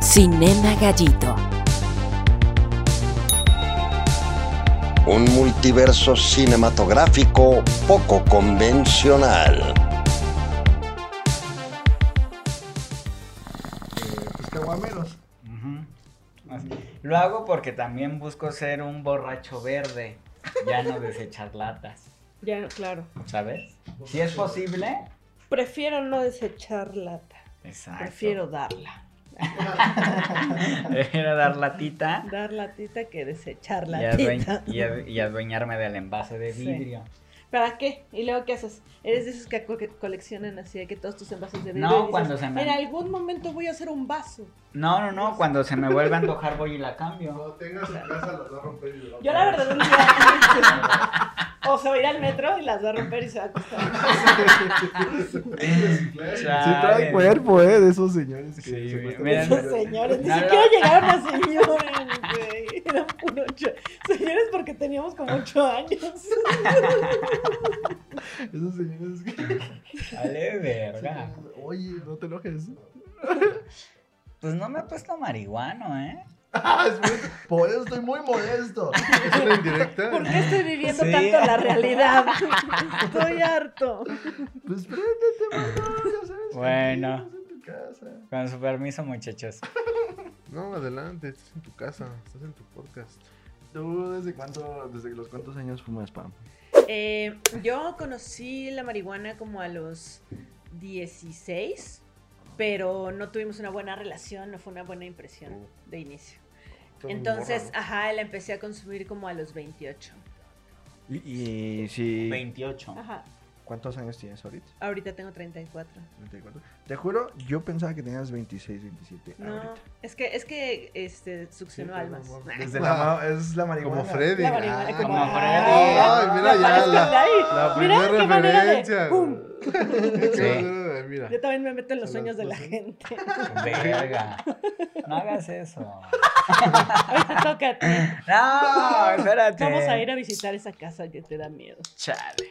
Cinema Gallito. Un multiverso cinematográfico poco convencional. caguameros. Ujú. Así. Lo hago porque también busco ser un borracho verde, ya no desechar latas, Ya, claro. ¿sabes? Si es posible. Prefiero no desechar lata. Exacto. Prefiero darla. Prefiero dar latita Dar latita que desechar y, adue- latita. y adue- y adueñarme del envase de Sí. vidrio. ¿Para qué? ¿Y luego qué haces? Eres de esos que co- que coleccionan así, de que todos tus envases de No, vidrio y dices, cuando se me- En algún momento voy a hacer un vaso. No, no, no, cuando se me vuelva a antojar voy y la cambio. Cuando tengas en casa las va a romper y las va a Yo la verdad no sé. O se va a ir al metro y las va a romper y se va a acostar. reciclar. Sí trae Chale. cuerpo, eh, de esos señores que Sí, supuestamente- mira, Esos señores, ni No, no. siquiera llegaron a señores, güey. Eran puro cho- señores porque teníamos como ocho años. Esos señores que... Vale, verga. Oye, no te enojes. Pues no me he puesto marihuano, ¿eh? Ah, es muy- Por eso estoy muy molesto. ¿Es una indirecta? ¿Por qué estoy viviendo Sí. tanto la realidad? Estoy harto. Pues préndete, mano, ya sabes. Bueno. que estás en tu casa. Con su permiso, muchachos. No, adelante, estás en tu casa, estás en tu podcast. ¿Tú desde cuánto, desde los cuántos años fumas, Pam? Eh, yo conocí la marihuana como a los 16, pero no tuvimos una buena relación, no fue una buena Uh. impresión de inicio. Estás Entonces, morra, ah, ajá, la empecé a consumir como a los 28. Y, y si... 28. Ajá, ¿Cuántos años tienes ahorita? ahorita tengo 34. 34. Te juro, yo pensaba que tenías 26, 27 No, ahorita. es que, es que este, succionó Sí, almas. como- Desde la ma- es la ¿no? marihuana. Como Freddy. La marihuana, Ah, como no. Freddy. Ay, mira ya Aparezco de la, ahí. la Mira primera qué manera de- referencia. ¡Pum! Qué Sí. manera de- Mira. Yo también me meto en los Son las sueños de la doce. gente. Verga. No hagas eso. Ahorita tócate. No, espérate. Vamos a ir a visitar esa casa que te da miedo. Chale.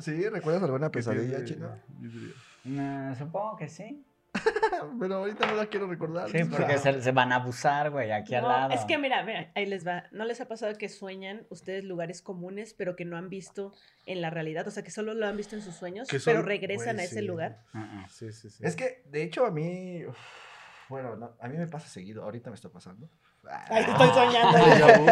¿Sí? ¿Recuerdas alguna ¿Qué tiene? pesadilla, chino? Yo diría. No, supongo que sí. Pero ahorita no la quiero recordar. Sí, porque se, se van a abusar, güey, aquí al No, lado. Es que mira, mira, ahí les va. ¿No les ha pasado que sueñan ustedes lugares comunes, pero que no han visto en la realidad? O sea, que solo lo han visto en sus sueños, Que pero son- regresan güey, a ese sí. lugar. Uh-uh. Sí, sí, sí. Es que, de hecho, a mí. uf, bueno, no, a mí me pasa seguido. Ahorita me está pasando. Ah. Ahí estoy soñando.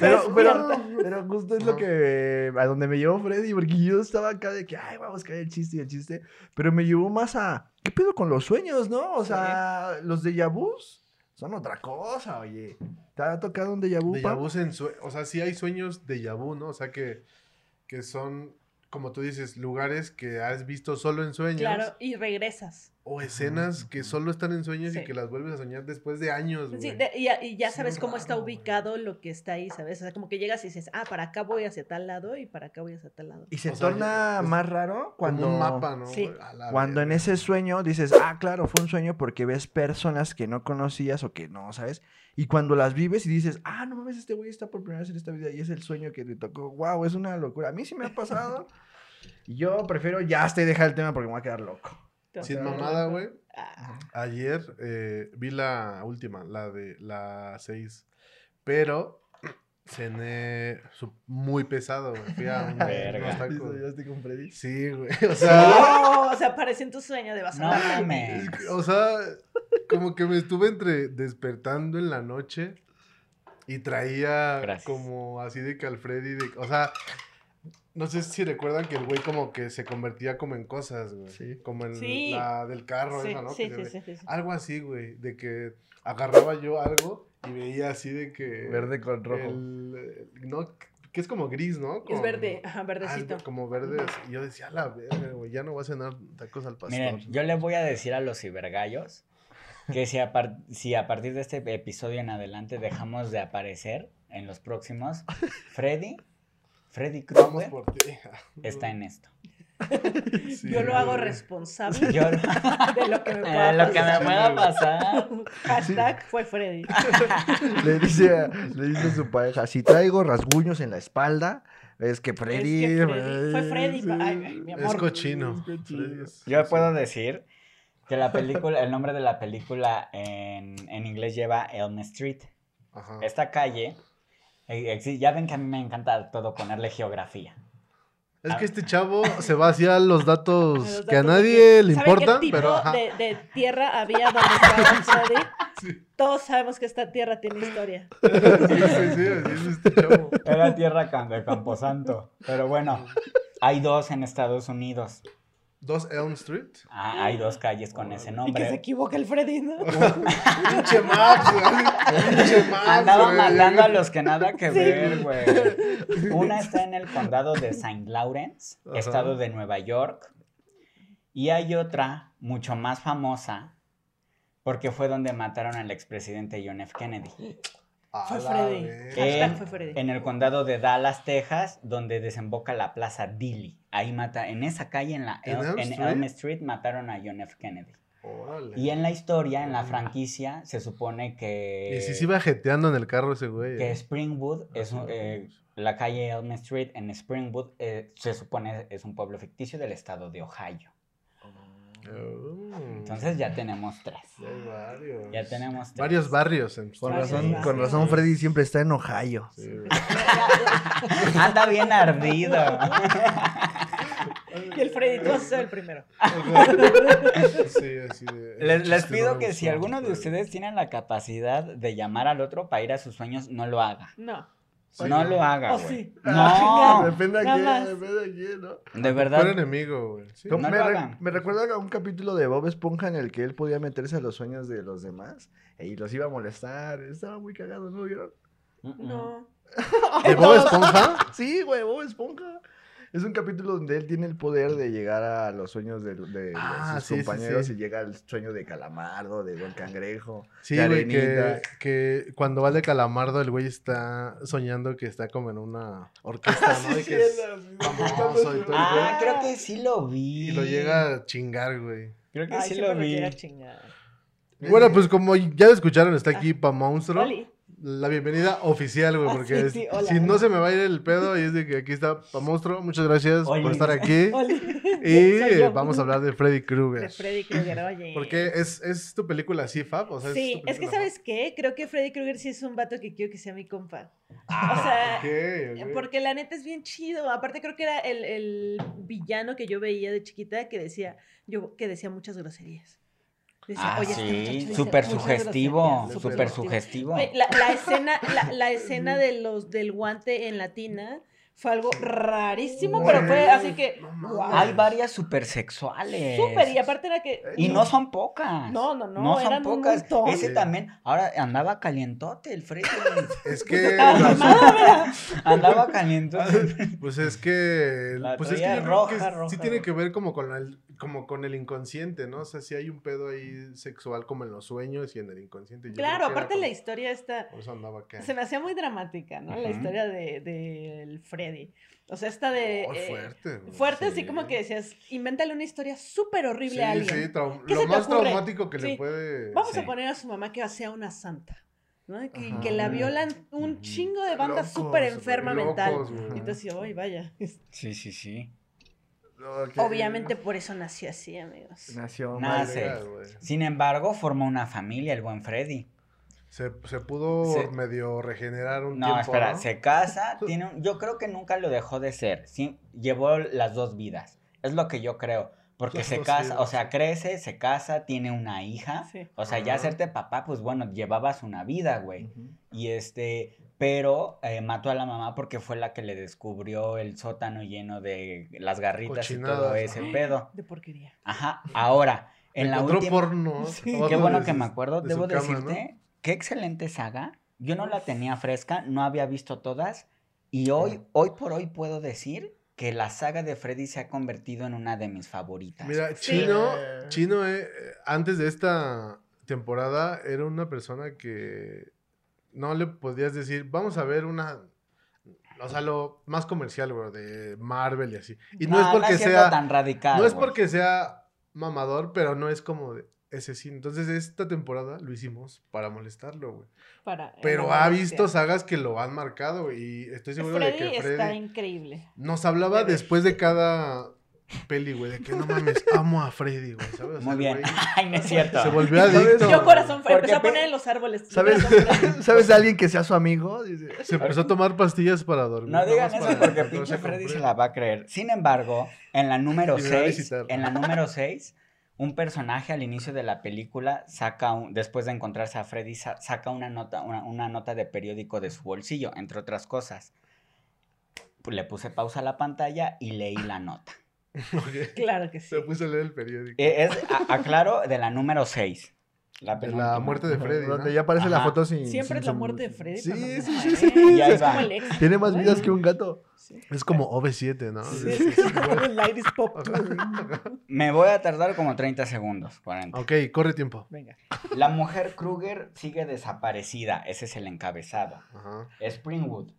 Pero, pero, despierta. pero justo es lo que. A donde me llevó Freddy, porque yo estaba acá de que, ay, vamos a caer el chiste y el chiste. Pero me llevó más a. ¿Qué pedo con los sueños, no? O sea, los de vus son otra cosa, oye. ¿Te ha tocado un déjà vu? De Pam? yabús en sue- O sea, sí hay sueños de yabú, ¿no? O sea, que, que son, como tú dices, lugares que has visto solo en sueños. Claro, y regresas. O escenas que solo están en sueños y Sí. que las vuelves a soñar después de años, güey. Sí, de- y, ya- y ya Sí, sabes cómo está raro, güey. ubicado lo que está ahí, ¿sabes? O sea, como que llegas y dices, ah, para acá voy hacia tal lado y para acá voy hacia tal lado. Y se O sea, torna es más raro cuando. Como un mapa, ¿no? Sí. A la Cuando en verga. ese sueño dices, ah, claro, fue un sueño porque ves personas que no conocías o que no, ¿sabes? Y cuando las vives y dices, ah, no mames, este güey está por primera vez en esta vida y es el sueño que te tocó, wow, es una locura. A mí sí me ha pasado. Y yo prefiero ya hasta dejar el tema porque me voy a quedar loco. Entonces, Sin mamada, güey. ah, Ayer eh, vi la última, la de la 6. Pero cené su- muy pesado, güey. Fui a un- Verga. unos tacos. estoy con Freddy. Sí, güey. O sea, No, o sea, aparece en tu sueño de vas a No matar. mames. o sea, como que me estuve entre despertando en la noche y traía Gracias. como así de que Alfredi, de, o sea, no sé si recuerdan que el güey como que se convertía como en cosas, güey. Sí. Como en Sí. la del carro, Sí, esa, ¿no? Que sí, se sí, ve. sí, sí, sí. Algo así, güey, de que agarraba yo algo y veía así de que... Verde con rojo. el- el- no, que es como gris, ¿no? Es Con- verde, ajá, verdecito. algo como verde. así. Y yo decía, "A la verga, güey, ya no voy a cenar tacos al pastor. Miren, yo les voy a decir a los cibergallos que si a, par- si a partir de este episodio en adelante dejamos de aparecer en los próximos, Freddy, Freddy Vamos Krueger por ti. está en esto. Sí, Yo lo hago güey. responsable Yo de lo que me pueda Eh, lo que me pasar. pueda pasar. Hashtag fue Freddy. Pues, Le dice, a, le dice a su pareja, si traigo rasguños en la espalda, es que Freddy... Freddy- fue Freddy, pa- ay, ay, mi Es amor. cochino. Es cochino. Freddy es- Yo puedo decir Que la película, el nombre de la película en, en inglés lleva Elm Street. Ajá. Esta calle, eh, exi- ya ven que a mí me encanta todo ponerle geografía. Es que este chavo se va hacia los datos, los que a datos de nadie que- le ¿saben importan, qué tipo pero ajá. de, de tierra había donde estaba el Sodi? Todos sabemos que esta tierra tiene historia. Sí, sí, sí, así es este chavo. Era tierra cam- de Camposanto. Pero bueno, hay dos en Estados Unidos. Dos Elm Street. Ah, hay dos calles con ese Y que se nombre. equivoca el Freddy, ¿no? Pinche Max, güey. Pinche Max. Andaba güey. matando a los que nada que ver, güey. Una está en el condado de St. Lawrence, Ajá. estado de Nueva York. Y hay otra, mucho más famosa, porque fue donde mataron al expresidente John F. Kennedy. A Fue la Freddy. verga. Hashtag En- fue Freddy. Eh, En el condado de Dallas, Texas, donde desemboca la plaza Dilley. Ahí mata, en esa calle, en la ¿En El- Elm en Street? Elm Street, mataron a John F. Kennedy. Órale. Y en la historia, en la franquicia, se supone que, Ah. Y sí se iba jeteando en el carro ese güey. que eh. Springwood es Así un- lo eh, vemos. la calle Elm Street en Springwood eh, se supone es un pueblo ficticio del estado de Ohio. Oh. Entonces ya tenemos tres. Ya hay varios. Ya tenemos tres. Varios barrios en Con Estados razón, Unidos. con razón Freddy siempre está en Ohio. Sí, güey. Anda bien ardido. Y el Freddy, tú vas a ser el primero. Sí, así de- Les, les Chiste pido no que me si gustó, alguno de pero- ustedes tienen la capacidad de llamar al otro para ir a sus sueños, no lo haga. No. Sí. Pues no lo haga. Oh, güey. sí. Ah, No, Depende a Nada quién, más. depende a quién, ¿no? de Fue verdad. enemigo, güey. Sí. Como No me, lo re- hagan. me recuerda a un capítulo de Bob Esponja en el que él podía meterse a los sueños de los demás eh, y los iba a molestar. Estaba muy cagado, ¿no vieron? Mm, mm. No. ¿De Bob Esponja? Sí, güey, Bob Esponja. Es un capítulo donde él tiene el poder de llegar a los sueños de, de Ah, sus sí, sí, compañeros sí. y llega al sueño de Calamardo, de Don Cangrejo. Sí, de güey, que, Arenita. que cuando va de calamardo, el güey está soñando que está como en una orquesta, ¿no? Y, que es- famoso y todo. Ah, creo que sí lo vi. y lo llega a chingar, güey. Creo que Ay, sí siempre lo lo vi. llega chingada. Bueno, pues como ya lo escucharon, está aquí Pa Monstruo. Oli. La bienvenida oficial, güey, Ah, porque sí, es- sí, hola. si no se me va a ir el pedo, y es de que aquí está Pa Monstruo. Muchas gracias Oli. por estar aquí. Oli. Y Soy yo. mm, eh, vamos a hablar de Freddy Krueger. De Freddy Krueger, oye. Porque es, es tu película así, Fab. O sea, tu Sí, es que película, ¿sabes qué? Creo que Freddy Krueger sí es un vato que quiero que sea mi compa. O sea, Fab. Ah, Ok, ok. Porque la neta es bien chido. Aparte creo que era el, el villano que yo veía de chiquita que decía, yo que decía muchas groserías. Yo decía, Ah, "Oye, este muchacho sí. dice Súper muchas sugestivo. groserías". Súper sugestivo. Güey, La, la escena, la, la escena de los del guante en latina fue algo rarísimo, pero fue así que No mames. wow, Hay varias súper sexuales. súper. Y aparte era que Y no son pocas. No, no, no, No son eran un pocas. montón. Ese Sí. también. Ahora andaba calientote el Freddy. Es que. estaba mamada, ¿verdad? andaba calientote. Pues es que. La Pues es que, traía yo creo que roja, sí roja, tiene roja. que ver como con, el, como con el inconsciente, ¿no? O sea, si hay un pedo ahí sexual como en los sueños y en el inconsciente. Yo Claro, creo que era aparte la como- historia está... Por eso andaba acá. Se me hacía muy dramática, ¿no? La Ujú. historia del de, del Freddy. O sea, esta de... Ay, eh, Oh, fuerte. güey. fuerte, así Sí. como que decías, invéntale una historia súper horrible Sí, a alguien. sí, trau- ¿Qué lo se te más ocurre? traumático que Sí. le puede. Vamos Sí. a poner a su mamá que sea una santa, ¿no? Y Que, Ajá. que la violan un Ujú. chingo de banda Locos, súper enferma locos, mental. güey. Y entonces, ay, vaya. Sí, sí, sí. Ok. Obviamente por eso nació así, pues, amigos. Nació mal. Nace. Verga, güey. Sin embargo, formó una familia, el buen Freddy. Se, se pudo Se- medio regenerar un No, tiempo. espera, ¿no? se casa, tiene un- yo creo que nunca lo dejó de ser, sí, llevó las dos vidas, es lo que yo creo, porque Las se dos casa, o vidas, sea, sí. crece, se casa, tiene una hija, Sí. o sea, Ajá. ya hacerte papá, pues bueno, llevabas una vida, güey, y este, pero eh, mató a la mamá porque fue la que le descubrió el sótano lleno de las garritas y todo Cochinadas, ese ¿no? pedo. De porquería. Ajá, ahora, en la Encontró última... porno. Qué abajo bueno de que me sus- acuerdo. de Debo su cama, ¿no? decirte, qué excelente saga. Yo no la tenía fresca, no había visto todas. Y hoy, hoy por hoy puedo decir que la saga de Freddy se ha convertido en una de mis favoritas. Mira, Sí. Chino, Eh. Chino eh, eh, antes de esta temporada era una persona que no le podías decir, vamos a ver una, o sea, lo más comercial, güey, de Marvel y así. Y no, es porque siendo sea, tan radical. no es güey. porque sea mamador, pero no es como de ese sí. Entonces esta temporada lo hicimos para molestarlo, güey. Para Pero ha visto sagas que lo han marcado güey, y estoy seguro Freddy, de que está Freddy increíble. nos hablaba después de cada peli, güey, de que no mames, amo a Freddy, güey, ¿sabes? O sea, Muy bien. güey, Ay, no es cierto. se volvió adicto. Yo corazón fue, Porque empecé a pe- poner en los árboles. mi ¿Sabes, corazón fue. ¿Sabes de alguien que sea su amigo? Dice, Se empezó a tomar pastillas para dormir. No nada digan más eso Pues para- porque para que no pinche se Freddy se compre. la va a creer. Sin embargo, en la número Y me va a 6, visitar. en la número 6, un personaje al inicio de la película saca, un- después de encontrarse a Freddy, sa- saca una nota, una, una nota de periódico de su bolsillo, entre otras cosas. Pues Le puse pausa a la pantalla y leí la nota. Ok. Claro que sí. Se puso a leer el periódico. Eh, Es, a- aclaro, de la número 6. La, De penúltima. la muerte de Freddy. ¿no? Donde ya aparece la Ajá. foto sin. Siempre sin es la su- muerte de Freddy. Sí, pero sí, no sí, mames, sí, Y ahí es va. como el ex. Tiene más Bueno, vidas que un gato. Sí, Es como OV7, ¿no? sí, sí, sí, como el Iris Pop. Me voy a tardar como 30 segundos, 40. Ok, corre tiempo. Venga. La mujer Kruger sigue desaparecida. Ese es el encabezado. Ajá. Springwood.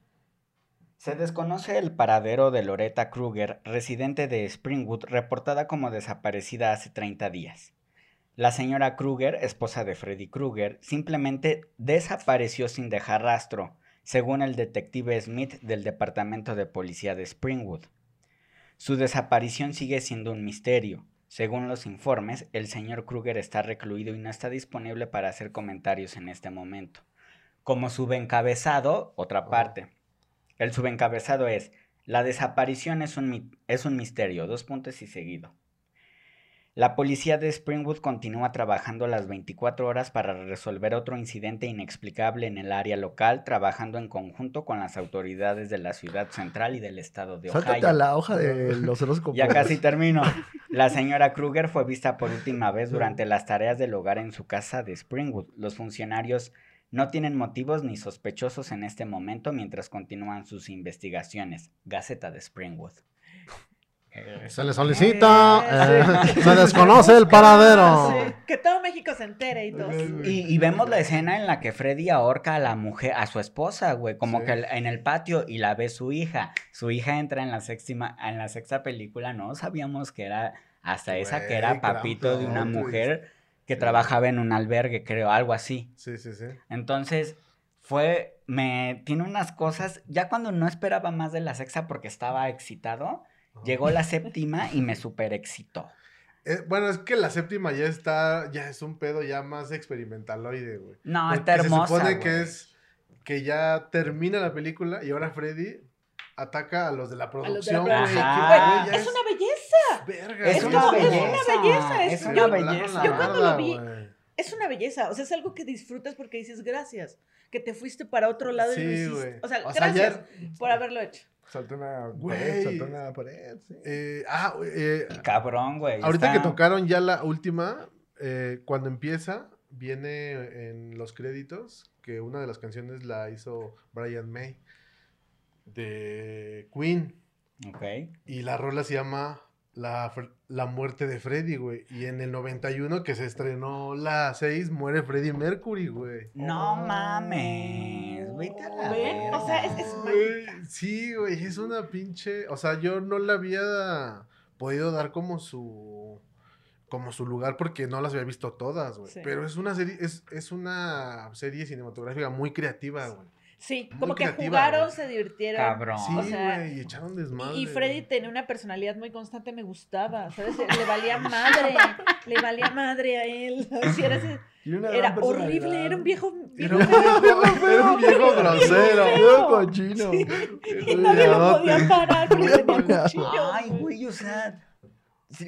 Se desconoce el paradero de Loretta Kruger, residente de Springwood, reportada como desaparecida hace 30 días. La señora Kruger, esposa de Freddy Kruger, simplemente desapareció sin dejar rastro, según el detective Smith del Departamento de Policía de Springwood. Su desaparición sigue siendo un misterio. Según los informes, el señor Kruger está recluido y no está disponible para hacer comentarios en este momento. Como subencabezado, otra Ah. parte. El subencabezado es, la desaparición es un, mi- es un misterio, dos puntos y seguido. La policía de Springwood continúa trabajando las 24 horas para resolver otro incidente inexplicable en el área local, trabajando en conjunto con las autoridades de la ciudad central y del estado de Ohio. Sáltate a la hoja de los horóscopos. Ya casi termino. La señora Kruger fue vista por última vez durante las tareas del hogar en su casa de Springwood. Los funcionarios no tienen motivos ni sospechosos en este momento mientras continúan sus investigaciones. Gaceta de Springwood. Se le solicita. Sí. Ah, eh, se desconoce el Sí, paradero. Que todo México se entere y todo. Y, y vemos la escena en la que Freddy ahorca a la mujer, a su esposa, güey, como Sí. que el- en el patio y la ve su hija. Su hija entra en la séptima, en la sexta película, no sabíamos que era hasta esa que Güey, era gran papito de una plot twist. mujer que Sí. trabajaba en un albergue, creo, algo así. Sí, sí, sí. Entonces, fue, me tiene unas cosas, ya cuando no esperaba más de la sexta porque estaba excitado, Ajá. llegó la séptima y me super excitó. Eh, bueno, es que la séptima ya está, ya es un pedo ya más experimentaloide, güey. No, Porque Ah, está hermosa. Se supone que güey. es que ya termina la película y ahora Freddy ataca a los de la A los de producción. la güey, producción. Ajá. que, Güey, güey, es ya una belleza. verga, Es Es güey, una como- como- belleza. una belleza, es Es una una Le volaron belleza. la yo cuando lo barda, vi- güey. Es una belleza. O sea, es algo que disfrutas porque dices gracias. Que te fuiste para otro lado y lo Sí, hiciste. güey. O sea, O sea, gracias ya- por haberlo hecho. Saltó una Güey. pared, saltó una pared. sí. eh, ah, eh, Cabrón, güey. ahorita está- que tocaron ya la última, eh, cuando empieza, viene en los créditos que una de las canciones la hizo Brian May de Queen. Ok. Y la rola se llama La, Fr- La muerte de Freddy, güey. Y en el 91 que se estrenó la 6, muere Freddy Mercury, güey. No Oh. mames. Vete a la Ven, o sea, es, verga. es Güey, mágica. Sí, güey, es una pinche... O sea, yo no la había podido dar como su... Como su lugar porque no las había visto todas, güey. Sí. Pero es una serie, es, es una serie cinematográfica muy creativa, güey. Sí, Muy como que creativa, jugaron, güey. se divirtieron. Cabrón. Sí, o güey, sea, y echaron desmadre. Y, y Freddy güey. tenía una personalidad muy constante, me gustaba, ¿sabes? Le valía madre, le valía madre a él. Así era, así- Tiene una gran era horrible, personalidad. era un viejo. Era viejo un viejo, era un viejo grosero. Viejo cochino. y nadie lo podía parar porque tenía Ay, cuchillos. Ay, güey, o sea.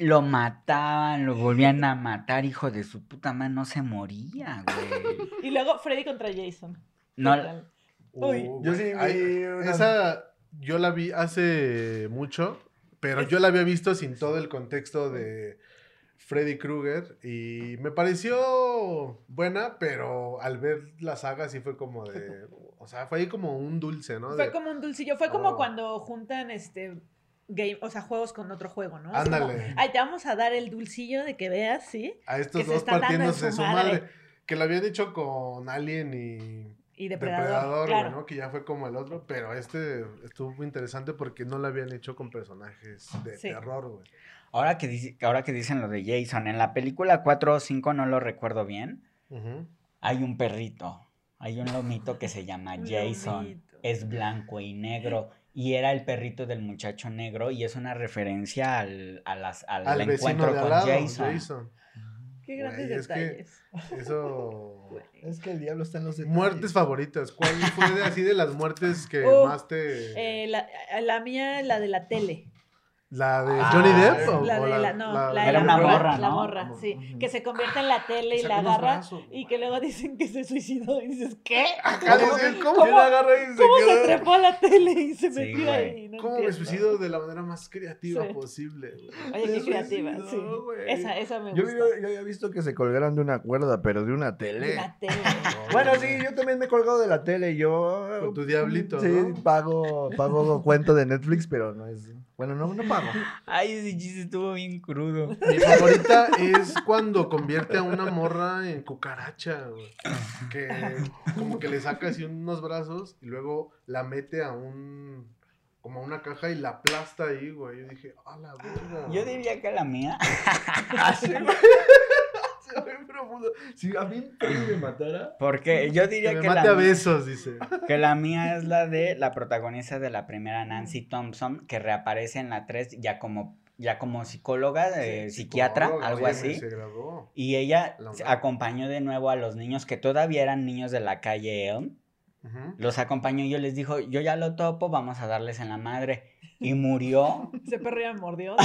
Lo mataban, lo volvían a matar, hijo de su puta madre, no se moría, güey. Y luego Freddy contra Jason. No, Total. Uh, Uy. güey, Yo sí ay, vi una- Esa yo la vi hace mucho, pero yo la había visto sin todo el contexto de Freddy Krueger y me pareció buena, pero al ver la saga sí fue como de... O sea, fue ahí como un dulce, ¿no? Fue De- como un dulcillo, fue como Oh. cuando juntan este game, o sea, juegos con otro juego, ¿no? Es Ándale. como, Ay, te vamos a dar el dulcillo de que veas, ¿sí? a que estos se dos están dando en partiéndose de su su madre. madre. Que lo habían hecho con Alien y Y depredador. Depredador, güey, claro. ¿no? Que ya fue como el otro, pero este estuvo muy interesante porque no lo habían hecho con personajes de Sí. terror, güey. Ahora que, dice- ahora que dicen lo de Jason, en la película 4 o 5, no lo recuerdo bien, Ujú. hay un perrito, hay un lomito que se llama Un Jason. lomito. Es blanco y negro Y era el perrito del muchacho negro y es una referencia al, a las- al Al vecino encuentro de con al lado, Jason. Jason. Qué Güey, grandes es que- detalles. Eso. güey. Es que el diablo está en los detalles. Muertes favoritas. ¿Cuál fue de- así de las muertes que Oh, más te. Eh, la, la mía, la de la tele. ¿La de ah, Johnny Depp? o- La o de la, no, la, de Era la una morra, morra, la ¿no? morra, sí, que se convierte en la tele y Sacó la unos agarra brazos, güey. y que luego dicen que se suicidó y dices, ¿qué? Acá ¿Cómo, dice, ¿Cómo, cómo- Yo la agarré y se cómo se quedó- trepó a la tele y se Sí, metió ahí? güey. No ¿Cómo me entiendo. suicido de la manera más creativa Sí. posible? güey? Oye, qué Se creativa, suicidó, sí. güey. Esa, esa me Yo, gusta. yo- yo había visto que se colgaran de una cuerda, pero de una tele. La tele. Bueno, sí, yo también me he colgado de la tele. Yo. Con tu diablito, Sí, ¿no? pago, pago cuento de Netflix, pero no es. Bueno, no, no pago. Ay, ese chiste estuvo bien crudo. Mi favorita es cuando convierte a una morra en cucaracha, güey. Que como que le saca así unos brazos y luego la mete a un. como a una caja y la aplasta ahí, güey. Yo dije, ¡ah, la verga! Yo diría que la mía. Ah, Se ve profundo. Si a mí un perro me matara. Porque yo que diría me que mate a la, mía, besos, dice. que la mía es la de la protagonista de la primera Nancy Thompson, que reaparece en la 3 ya como, ya como psicóloga, eh, psiquiatra, Psicóloga, algo oye, así. Se graduó. Y ella La se verdad. acompañó de nuevo a los niños que todavía eran niños de la calle Elm. Ujú. Los acompañó y yo les dijo, yo ya lo topo, vamos a darles en la madre. Y murió, Se perrea mordió.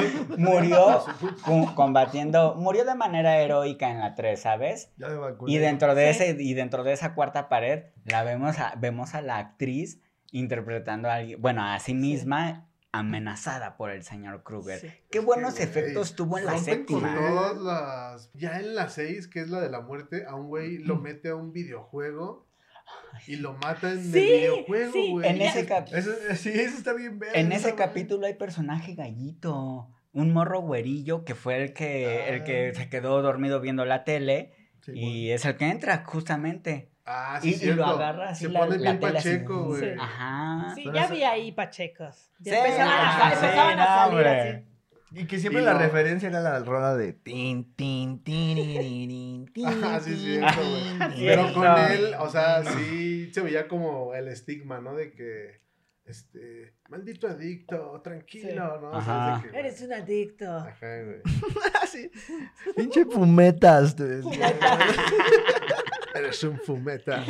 murió cu- combatiendo, murió de manera heroica en la 3, ¿sabes? Ya me vacuné. Y dentro de Sí. ese, y dentro de esa cuarta pared, la vemos a, vemos a la actriz interpretando a alguien, bueno, a sí misma amenazada por el señor Kruger. Sí. Qué Es que, buenos güey, efectos tuvo en la rompen con séptima. todas las. Ya en la 6, que es la de la muerte, a un güey lo mete a un videojuego y lo mata en Sí, el videojuego, sí, güey. En ese, cap- Eso- sí, eso está bien verga, en esa ese madre. capítulo hay personaje gallito, un morro güerillo que fue el que, el que Ah. se quedó dormido viendo la tele Sí, y es el que entra justamente. Ah, y- sí, y cierto. lo agarra así Se la- pone la bien tela así. pacheco, güey. Sí. Ajá. Sí, Pero ya esa- vi ahí pachecos. Ya Ah, Sí, empezaban, a, sí, empezaban a no, salir hombre. así. Y que siempre Y la lo- referencia era la rola de tin, tin, tin, tin, tin, Ajá, Ah, sí, tin, cierto, tin, güey. tin, Pero tin, con No. él, o sea, sí se veía como el estigma, ¿no? De que, este, maldito adicto, tranquilo, ¿no? O sea, Ajá. es de que, Eres un adicto. Ajá, güey. Así. Pinche fumetas. te decía. Eres un fumeta.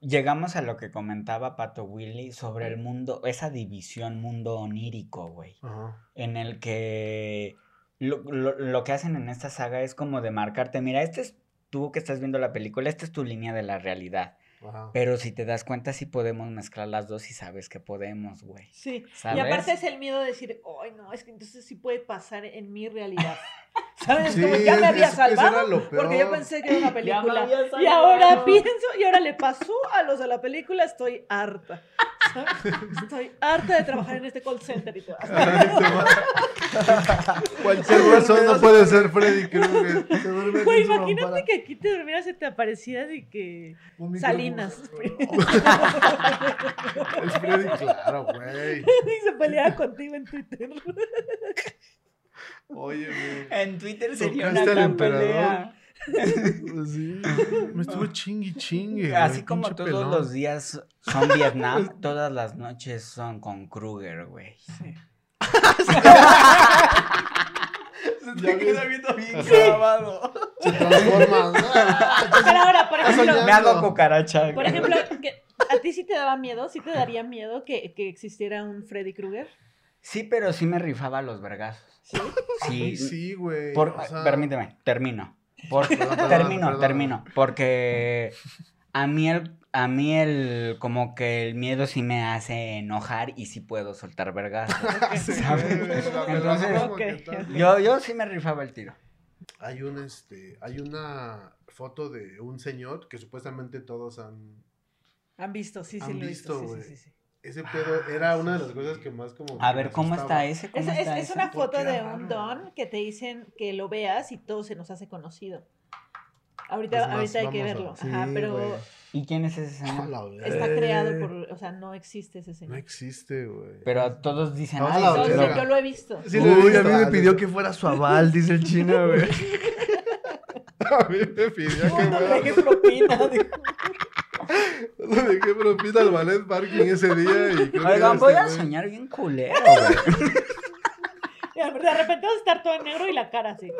Llegamos a lo que comentaba Pato Willy sobre el mundo, esa división mundo onírico, güey. Ajá. en el que lo, lo- lo que hacen en esta saga es como de marcarte, mira, este es tú que estás viendo la película, esta es tu línea de la realidad. Ajá. Pero si te das cuenta, sí podemos mezclar las dos y sabes que podemos, güey. Sí. ¿Sabes? Y aparte es el miedo de decir, ay, no, es que entonces sí puede pasar en mi realidad. ¿Sabes? Sí, Como ya es- me había es- eso era salvado lo porque yo peor. pensé que era una Ya me película. había Y salvado. ahora pienso, y ahora le pasó a los de la película, estoy harta. ¿sabes? Estoy harta de trabajar en este call center y todo. Cualquier persona puede ser Freddy Krueger. Se duerme en Güey, su imagínate lámpara. que aquí te durmieras y te aparecieras y que Un micrófono. Salinas Es Freddy, claro, güey. y se peleara contigo en Twitter. Oye, güey. En Twitter sería Tocaste una al gran emperador. pelea. Sí. Me estuvo chingui chingue. güey, Así como pinche todos pelón. los días son Vietnam, todas las noches son con Kruger, güey. Se Ya te ves. queda viendo bien grabado. Se transforman. Pero ahora, por Has ejemplo, soñado. Me hago cucaracha. por güey. ejemplo, que- ¿a ti sí te daba miedo? ¿Sí te daría miedo que, que existiera un Freddy Krueger? Sí, pero sí me rifaba los vergazos. ¿Sí? Sí, Sí, sí, güey. Por- o sea, Permíteme, termino. Por- perdón, termino, perdón. termino. Porque a mí el, a mí el, como que el miedo sí me hace enojar y sí puedo soltar vergas. Sí, ¿sabes? güey, la Entonces, verdad, como que ok, tal. Yo, yo sí me rifaba el tiro. Hay un este, hay una foto de un señor que supuestamente todos han. Han visto, sí, sí, Han lo he visto, visto. sí, güey. sí, sí, sí. Ese pedo era una de las cosas que más como. Ah, A que ver, me ¿cómo está asustaba. ese? ¿Cómo Es, es- está es ese? una ¿Por foto qué de era un raro? don que te dicen que lo veas y todo se nos hace conocido. Ahorita, Pues más, ahorita hay que vamos a- verlo. Sí, Ajá, pero güey. ¿Y quién es ese A señor? la verga. está creado por, o sea, no existe ese No señor. existe, güey. Pero todos dicen, A "Ay, la soy Entonces, verga. yo lo he visto. Sí, lo he Uy, visto. a mí me Ah, pidió sí. que fuera su aval, dice el chino, güey. A mí me pidió que No, no, fuera- dejé propina, dijo. Lo dejé propita al ballet parking ese día y creo que Oigan, este voy a güey- soñar bien culero, güey. De repente vas a estar todo negro y la cara así.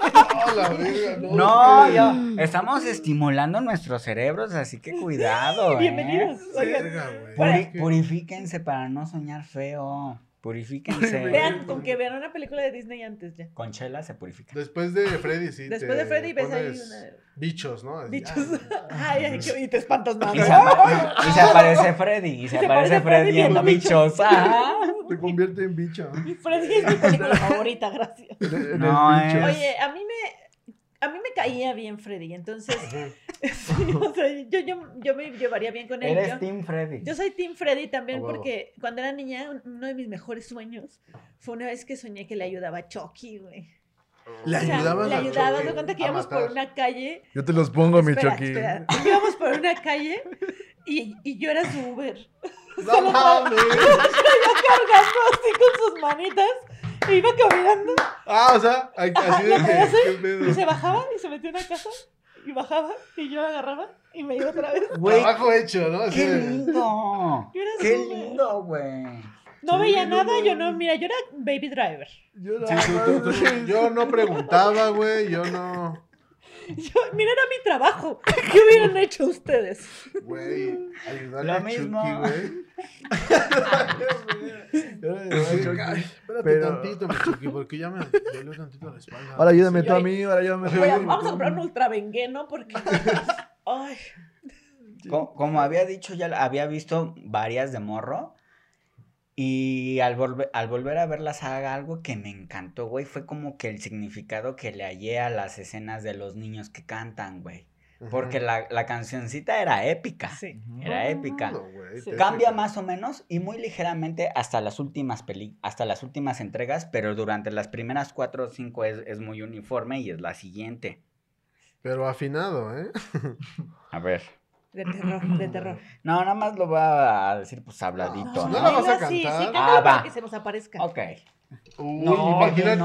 ¡Ah, la verga! No, No, güey. yo. Estamos estimulando nuestros cerebros, así que cuidado. ¿eh? Bienvenidos. Oigan, Verga, güey. Bueno, Puri- Es que- Purifíquense para no soñar feo. Purifíquense. vean, con que vean una película de Disney antes ya. Con chela se purifica. Después de Freddy, sí. Después te de Freddy ves ahí pones una- Bichos, ¿no? Así, Dichos. ah, Ay, ay, qué- y te espantas más. Y se, apa- y se aparece Freddy. Y se, se aparece aparece Freddy Freddy en viendo bichos. Ajá. Te convierte en bicho. Y Freddy es mi película favorita, gracias. No, eh. Oye, a mí me, a mí me caía bien Freddy, entonces, sí, o sea, yo, yo, yo me llevaría bien con él. Eres yo- Team Freddy. Yo soy Team Freddy también A huevo. porque cuando era niña, un- uno de mis mejores sueños fue una vez que soñé que le ayudaba a Chucky, güey. Le O sea, ayudabas Le a ayudaba, Chucky de cuenta que a íbamos por matar. una calle. Yo te los pongo, mi espera, Chucky. espera, Íbamos por una calle y, y yo era su Uber. ¡No mames! Cargando así con sus manitas. e iba caminando Ah, o sea, ay, así de Ajá, ya sé. que. ¿Qué y se pedo? bajaba y se metía en una casa y bajaba y yo la agarraba y me iba otra vez. Güey, Trabajo hecho, ¿no? Así qué de- lindo. Yo era Qué súper- lindo, güey. No Sí, veía no nada, yo mames. no, mira, yo era baby driver. Yo Sí, sí, tú- tú- tú- Yo no preguntaba, güey. Yo no. Yo, mira, era mi trabajo. ¿Qué hubieran hecho ustedes? Güey, ayudarle Lo a mismo. Chucky, güey. Yo le digo, Así de que, "Ay, ay, Espérate Pero- tantito, mi Chucky, porque ya me dolió tantito la espalda. Ahora ayúdame Sí, tú a oye. mí, ahora ayúdame tú Voy a- mí. vamos a comprar un ultrabengueno porque. Ay, Co- Como había dicho, ya la- había visto varias de morro. Y al, volve- al volver a ver la saga, algo que me encantó, güey, fue como que el significado que le hallé a las escenas de los niños que cantan, güey. Ujú. Porque la, la cancioncita era épica. sí. Era épica. No, güey, Sí. te- Cambia más o menos y muy ligeramente hasta las últimas peli hasta las últimas entregas, pero durante las primeras cuatro o cinco es, es muy uniforme y es la siguiente. Pero afinado, ¿eh? A ver. De terror, de terror. No, nada más lo va a decir pues habladito, No, no ¿no? la vas a Sí, sí, cantar. cántalo Ah, para va. que se nos aparezca. Ok. Uy, No, imagínate. no,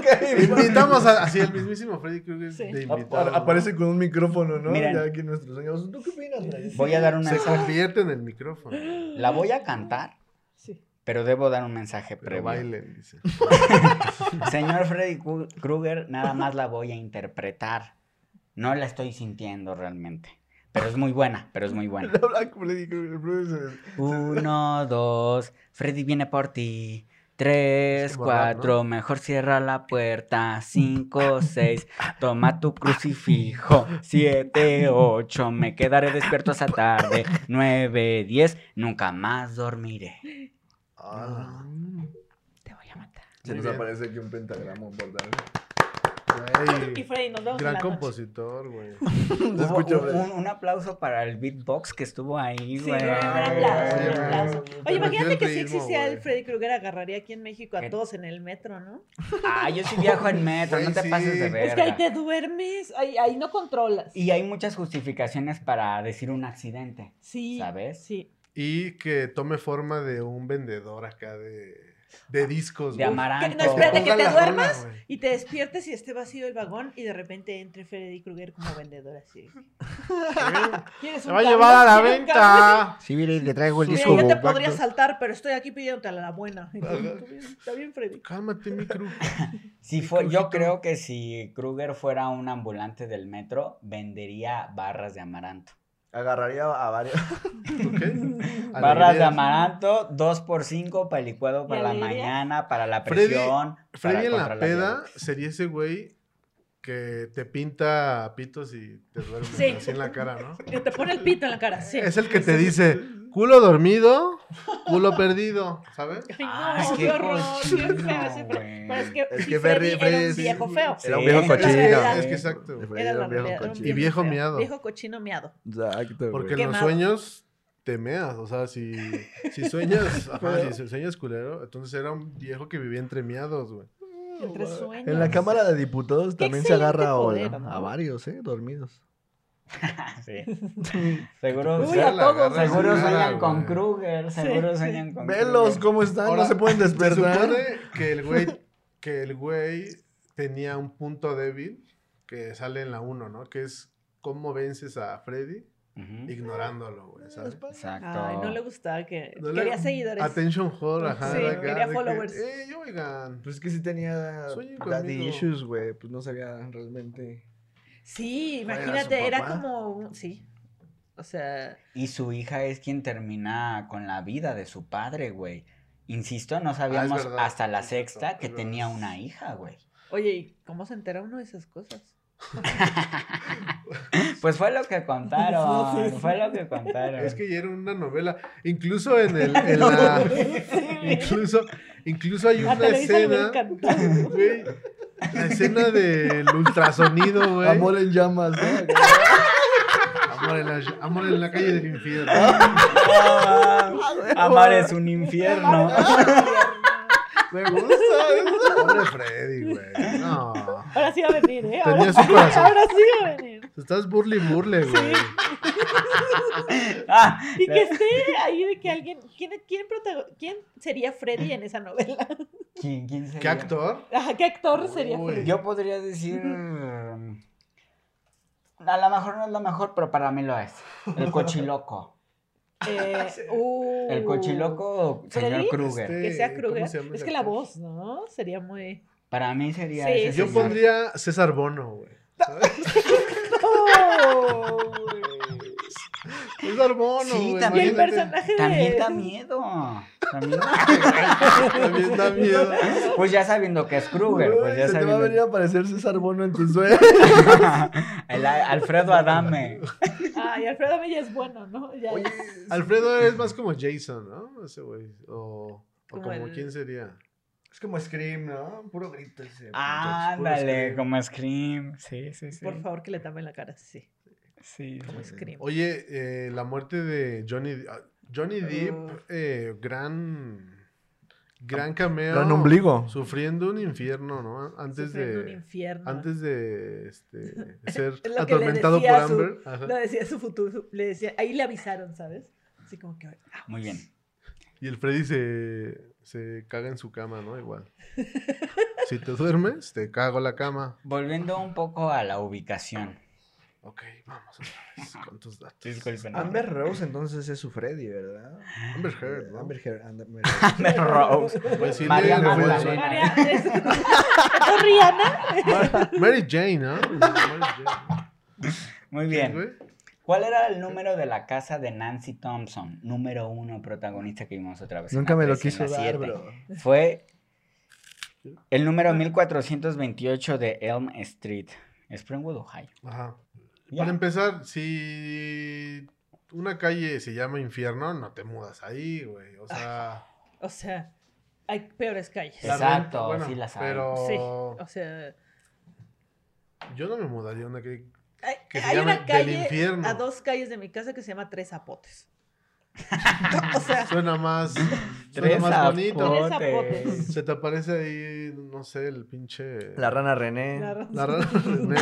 ok. pues, Invitamos a- así el mismísimo Freddy Krueger Sí. de Ap- invitado. a- Aparece con un micrófono, ¿no? Miren. Ya aquí nuestros sueños. ¿Tú qué opinas, Brian? Voy a dar un Se mensaje. convierte en el micrófono. La voy a cantar, Sí. pero debo dar un mensaje Pero previo. bailen, dice. Señor Freddy Ku- Krueger, nada más la voy a interpretar. No la estoy sintiendo realmente. Pero es muy buena, pero es muy buena. Le habla como le digo, el profesor. Uno, dos, Freddy viene por ti. Tres, Es como rap, cuatro, mejor cierra la puerta. Cinco, seis, toma tu crucifijo. Siete, ocho, me quedaré despierto hasta tarde. Nueve, diez, nunca más dormiré. Ah, Te voy a matar. Se Mm. Muy nos bien. aparece aquí un pentagrama por darle. Y Güey, Freddy, nos vemos. en gran la noche. compositor, güey. Te Hubo escucho, un, Freddy. un- un aplauso para el beatbox que estuvo ahí, Sí, güey. un aplauso, un aplauso. Oye, imagínate que si ritmo, existiera el güey. Freddy Krueger, agarraría aquí en México ¿Qué? a todos en el metro, ¿no? Ah, yo sí viajo en metro, Güey, no te sí. pases de verga. Es que ahí te duermes, ahí, ahí no controlas. Y hay muchas justificaciones para decir un accidente. Sí. ¿Sabes? Sí. Y que tome forma de un vendedor acá de, de discos, De güey. amaranto. no, espérate, ponga que te la rola, duermas. güey. Y te despiertes y esté vacío el vagón y de repente entre Freddy Krueger como vendedor así. ¿Quieres Se un va a cable? llevar a la ¿Quieres un cable? venta. Sí, mire, le traigo el Mira, disco. yo te compacto. podría saltar, pero estoy aquí pidiéndote a la buena. Y tú, Ajá. "Está bien, Está bien, Freddy. Cálmate, mi crew. Si Sí, fue, yo Crujito. creo que si Kruger fuera un ambulante del metro, vendería barras de amaranto. Agarraría a varios. Barras de amaranto, 2 por 5 para el licuado para la alegrías? mañana, para la Freddy- presión. para Freddy en contra la peda diabetes. sería ese güey que te pinta pitos y te duerme Sí. así en la cara, ¿no? Que te pone el pito en la cara, sí. Es el que te dice, culo dormido, culo perdido, ¿sabes? Ay, no, Ay, qué, qué horror, qué feo cochino, ese Freddy. güey. Pero es que, Es sí, que Freddy, Freddy- Freddy era un sí- viejo feo. Sí, Era un viejo cochino. Era Es que exacto. güey. Freddy Era la Era un viejo realidad, era un cochino. Y viejo feo, miado. Viejo cochino miado. Porque Exacto. en güey. los Quemado. sueños te meas, o sea, si, si sueñas, ajá, si sueñas culero, entonces era un viejo que vivía entre miados, güey. Entre sueños. En la Cámara de Diputados Qué también se agarra a, excelente a- poder, ¿no? a varios, ¿eh? Dormidos. Sí. Seguro, Uy, a se- todos, seguro Sí, sueñan güey. con Kruger. Seguro sí. sueñan con Velos, Kruger. ¿cómo están? Ahora, no se pueden Se despertar. supone que el güey, que el güey tenía un punto débil que sale en la 1, ¿no? Que es cómo vences a Freddy Ujú. ignorándolo, güey, ¿sabes? Exacto. Ay, no le gustaba que. No le- quería seguidores. Attention whore, ajá. Sí, acá, quería de que, followers. eh, yo, oigan. Pues es que sí tenía Sueñen daddy conmigo. issues, güey. Pues no sabía realmente. Sí, Bueno, era su imagínate, era papá. como. un- Sí. O sea, Y su hija es quien termina con la vida de su padre, güey. Insisto, no sabíamos Ah, verdad, hasta la es cierto, sexta que es tenía verdad. una hija, güey. oye, ¿y ¿cómo se entera uno de esas cosas? Pues fue lo que contaron, Sí, sí, sí. fue lo que contaron. Es que ya era una novela. Incluso en el. en la- incluso, incluso hay A una Televisa le hubiera escena. encantado. Güey, la escena del ultrasonido, güey. Amor en llamas, ¿no? Amor en la, amor en la calle del infierno. Ah, Amar es un infierno. Me gusta. eso. Pobre Freddy, güey. No. Ahora sí va a venir, ¿eh? Ahora, Tenía su corazón. ahora sí va a venir. Estás burly burle, güey. Ah, Y que esté ahí de que alguien. ¿Quién, quién, protago- quién sería Freddy en esa novela? ¿quién, quién ¿Qué sería? actor? Ajá, ¿Qué actor sería Uy. Freddy? Yo podría decir. mm, A lo mejor no es lo mejor, pero para mí lo es. El cochiloco. Eh, El uh, cochiloco, señor ¿Freddy? Kruger. Que sea Este, Kruger. ¿cómo se llama Es el que la actor? voz, ¿no? Sería muy. Para mí sería Sí, ese sí, Yo señor. pondría César Bono, güey. ¿sabes? ¡Oh! César Bono, Sí, güey. Y también. el imagínate. personaje También de. da miedo. También- También da miedo. Pues ya sabiendo que es Kruger, pues ya se te va a venir sabiendo. a aparecer César Bono en tus sueños. El A- Alfredo Adame. pues, Ay, Alfredo Mella es bueno, ¿no? Ya- Alfredo es más como Jason, ¿no? Ese güey. O, o Como como, el- quién sería. Es como Scream, ¿no? Puro grito ese. pues, Ándale, como Scream. Sí, sí, sí. Por favor, que le tapen la cara, sí. Sí. Como Scream. Oye, eh, la muerte de Johnny ah, Johnny Depp, Ah. eh, gran gran cameo. Gran ombligo. Sufriendo un infierno, ¿no? Antes Sufriendo un de infierno. antes de este, ser que le atormentado por decía a su- Amber. Ajá. Lo decía su futuro. su- Le decía, ahí le avisaron, ¿sabes? Así como que. ah, Muy bien. Y el Freddy se, se caga en su cama, ¿no? Igual. si te duermes, te cago la cama. Volviendo un poco a la ubicación. Ok, vamos otra vez con tus datos. Disculpen. Amber Rose entonces es su Freddy, ¿verdad? Amber Heard, ¿no? Amber Heard. Amber Amber Rose. Pues sí, María le- le fue el Magdalena. sueño. María, es, ¿Es Rihanna? Mary Jane, ¿no? Mary Jane. Muy ¿Quién, bien. güey? ¿Cuál era el número de la casa de Nancy Thompson? Número uno protagonista que vimos otra vez. en Nunca la me lo tres y en quiso la dar, siete. bro. Fue el número 1428 de Elm Street, Springwood, Ohio. Ajá. Ya. Para empezar, si una calle se llama infierno, no te mudas ahí, güey. O sea, O sea, hay peores calles. la Ah, Exacto, renta, sí las hay. Pero Sí, o sea. yo no me mudaría a una calle. Hay, Que se hay llama una Del calle Infierno. a dos calles de mi casa que se llama Tres Zapotes. o sea, Suena más, suena Tres más bonito. Tres zapotes. zapotes. Se te aparece ahí, no sé, el pinche. La rana René. claro. La rana René,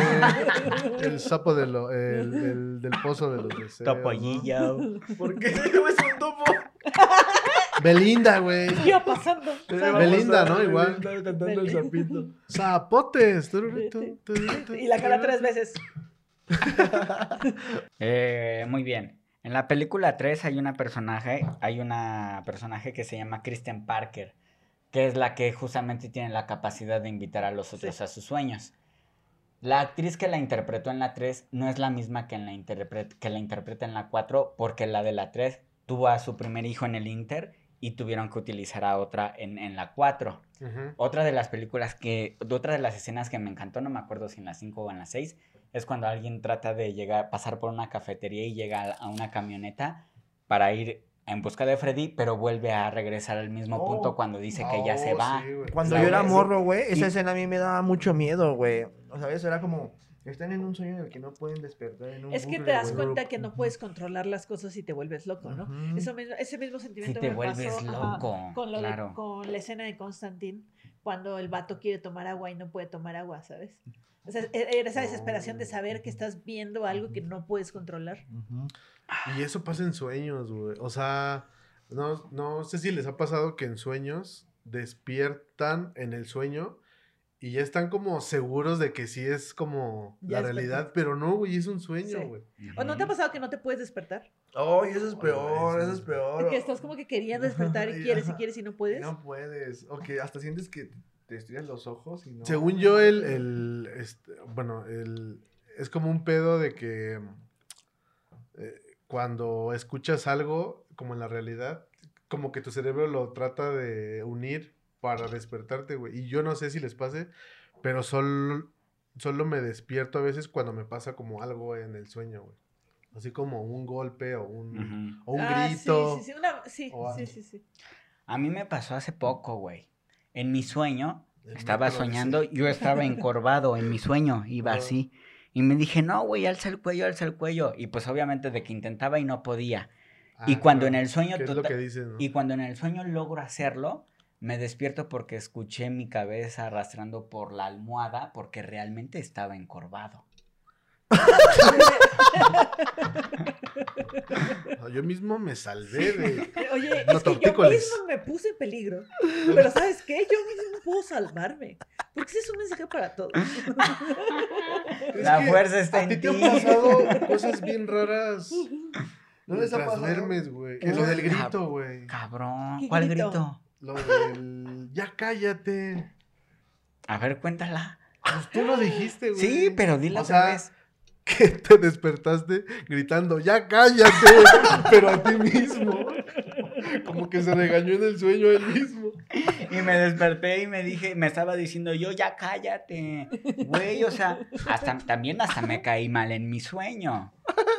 el sapo de lo- el, el del pozo de los deseos. ¿no? Topollillo. ¿Por qué? Es un topo. Belinda, güey. iba pasando. ¿sabes? Belinda, ¿no? Igual. Belinda cantando el Belinda. sapito. Zapotes. tururutun, Y la cara tres veces. Eh, muy bien. En la película 3 hay una personaje, hay una personaje que se llama Kristen Parker, que es la que justamente tiene la capacidad de invitar a los otros a sus sueños. La actriz que la interpretó en la 3 no es la misma que, en la interpre- que la interpreta en la 4, porque la de la 3 tuvo a su primer hijo en el Inter y tuvieron que utilizar a otra en, en la 4. Ujú. Otra de las películas que, de otra de las escenas que me encantó, no me acuerdo si en la 5 o en la 6, es cuando alguien trata de llegar, pasar por una cafetería y llega a- a una camioneta para ir en busca de Freddy, pero vuelve a regresar al mismo Oh. punto cuando dice que ya Oh, se va. sí, güey. Cuando La yo era vez- morro, güey, esa y- escena a mí me daba mucho miedo, güey. O sea, eso era como, están en un sueño en el que no pueden despertar. En un Es que bucle, te das güey. cuenta que no puedes controlar las cosas y te vuelves loco, ¿no? Ujú. Eso mismo- ese mismo sentimiento te me vuelves pasó, ajá, loco, con, lo de- claro. con la escena de Constantine, cuando el vato quiere tomar agua y no puede tomar agua, ¿sabes? O sea, e- era esa desesperación de saber que estás viendo algo que no puedes controlar. Ujú. Y eso pasa en sueños, güey. O sea, no, no sé si les ha pasado que en sueños despiertan en el sueño Y ya están como seguros de que sí es como Ya la es realidad, pero no, güey, es un sueño, Sí. güey. ¿O no te ha pasado que no te puedes despertar? Oh, y eso es peor, Ay, eso sí. es peor. Que estás como que querías despertar y Ajá, quieres y ajá. quieres y no Y puedes. No puedes. O que hasta sientes que te estiras los ojos y no. Según yo, el, el- este, bueno, el, es como un pedo de que eh, cuando escuchas algo, como en la realidad, como que tu cerebro lo trata de unir para despertarte, güey. Y yo no sé si les pase, pero solo, solo me despierto a veces cuando me pasa como algo en el sueño, güey. Así como un golpe o un, Ujú. o un Ah, sí, grito. Sí, sí, una- sí, o sí, algo. sí, sí. A mí me pasó hace poco, güey. En mi sueño, El estaba metro, soñando, dice. yo estaba encorvado en mi sueño, iba Ajá. así. Y me dije, no, güey, alza el cuello, alza el cuello. Y pues obviamente de que intentaba y no podía. y Ah, cuando en claro, el sueño que es lo tota- que dicen, ¿no? y cuando en el sueño logro hacerlo, me despierto porque escuché mi cabeza arrastrando por la almohada porque realmente estaba encorvado. No, Yo mismo me salvé de... Eh, Oye, No es que yo tortícolis. mismo me puse en peligro. Pero ¿sabes qué? Yo mismo puedo salvarme. Porque ese es un mensaje para todos. Es La que fuerza está a en ti te ti. han pasado cosas bien raras. ¿No les ha mientras pasado? duermes, güey. ¿Qué? Lo del grito, güey. Cabrón, ¿Qué ¿cuál grito? grito? Lo del ya cállate. A ver, cuéntala. Pues tú lo dijiste, güey. Sí, pero dila O otra sea, vez. Que te despertaste gritando, ya cállate, pero a ti mismo. Como que se regañó en el sueño él mismo. Y me desperté y me dije, me estaba diciendo yo, ya cállate. Güey, o sea, hasta, también hasta me caí mal en mi sueño.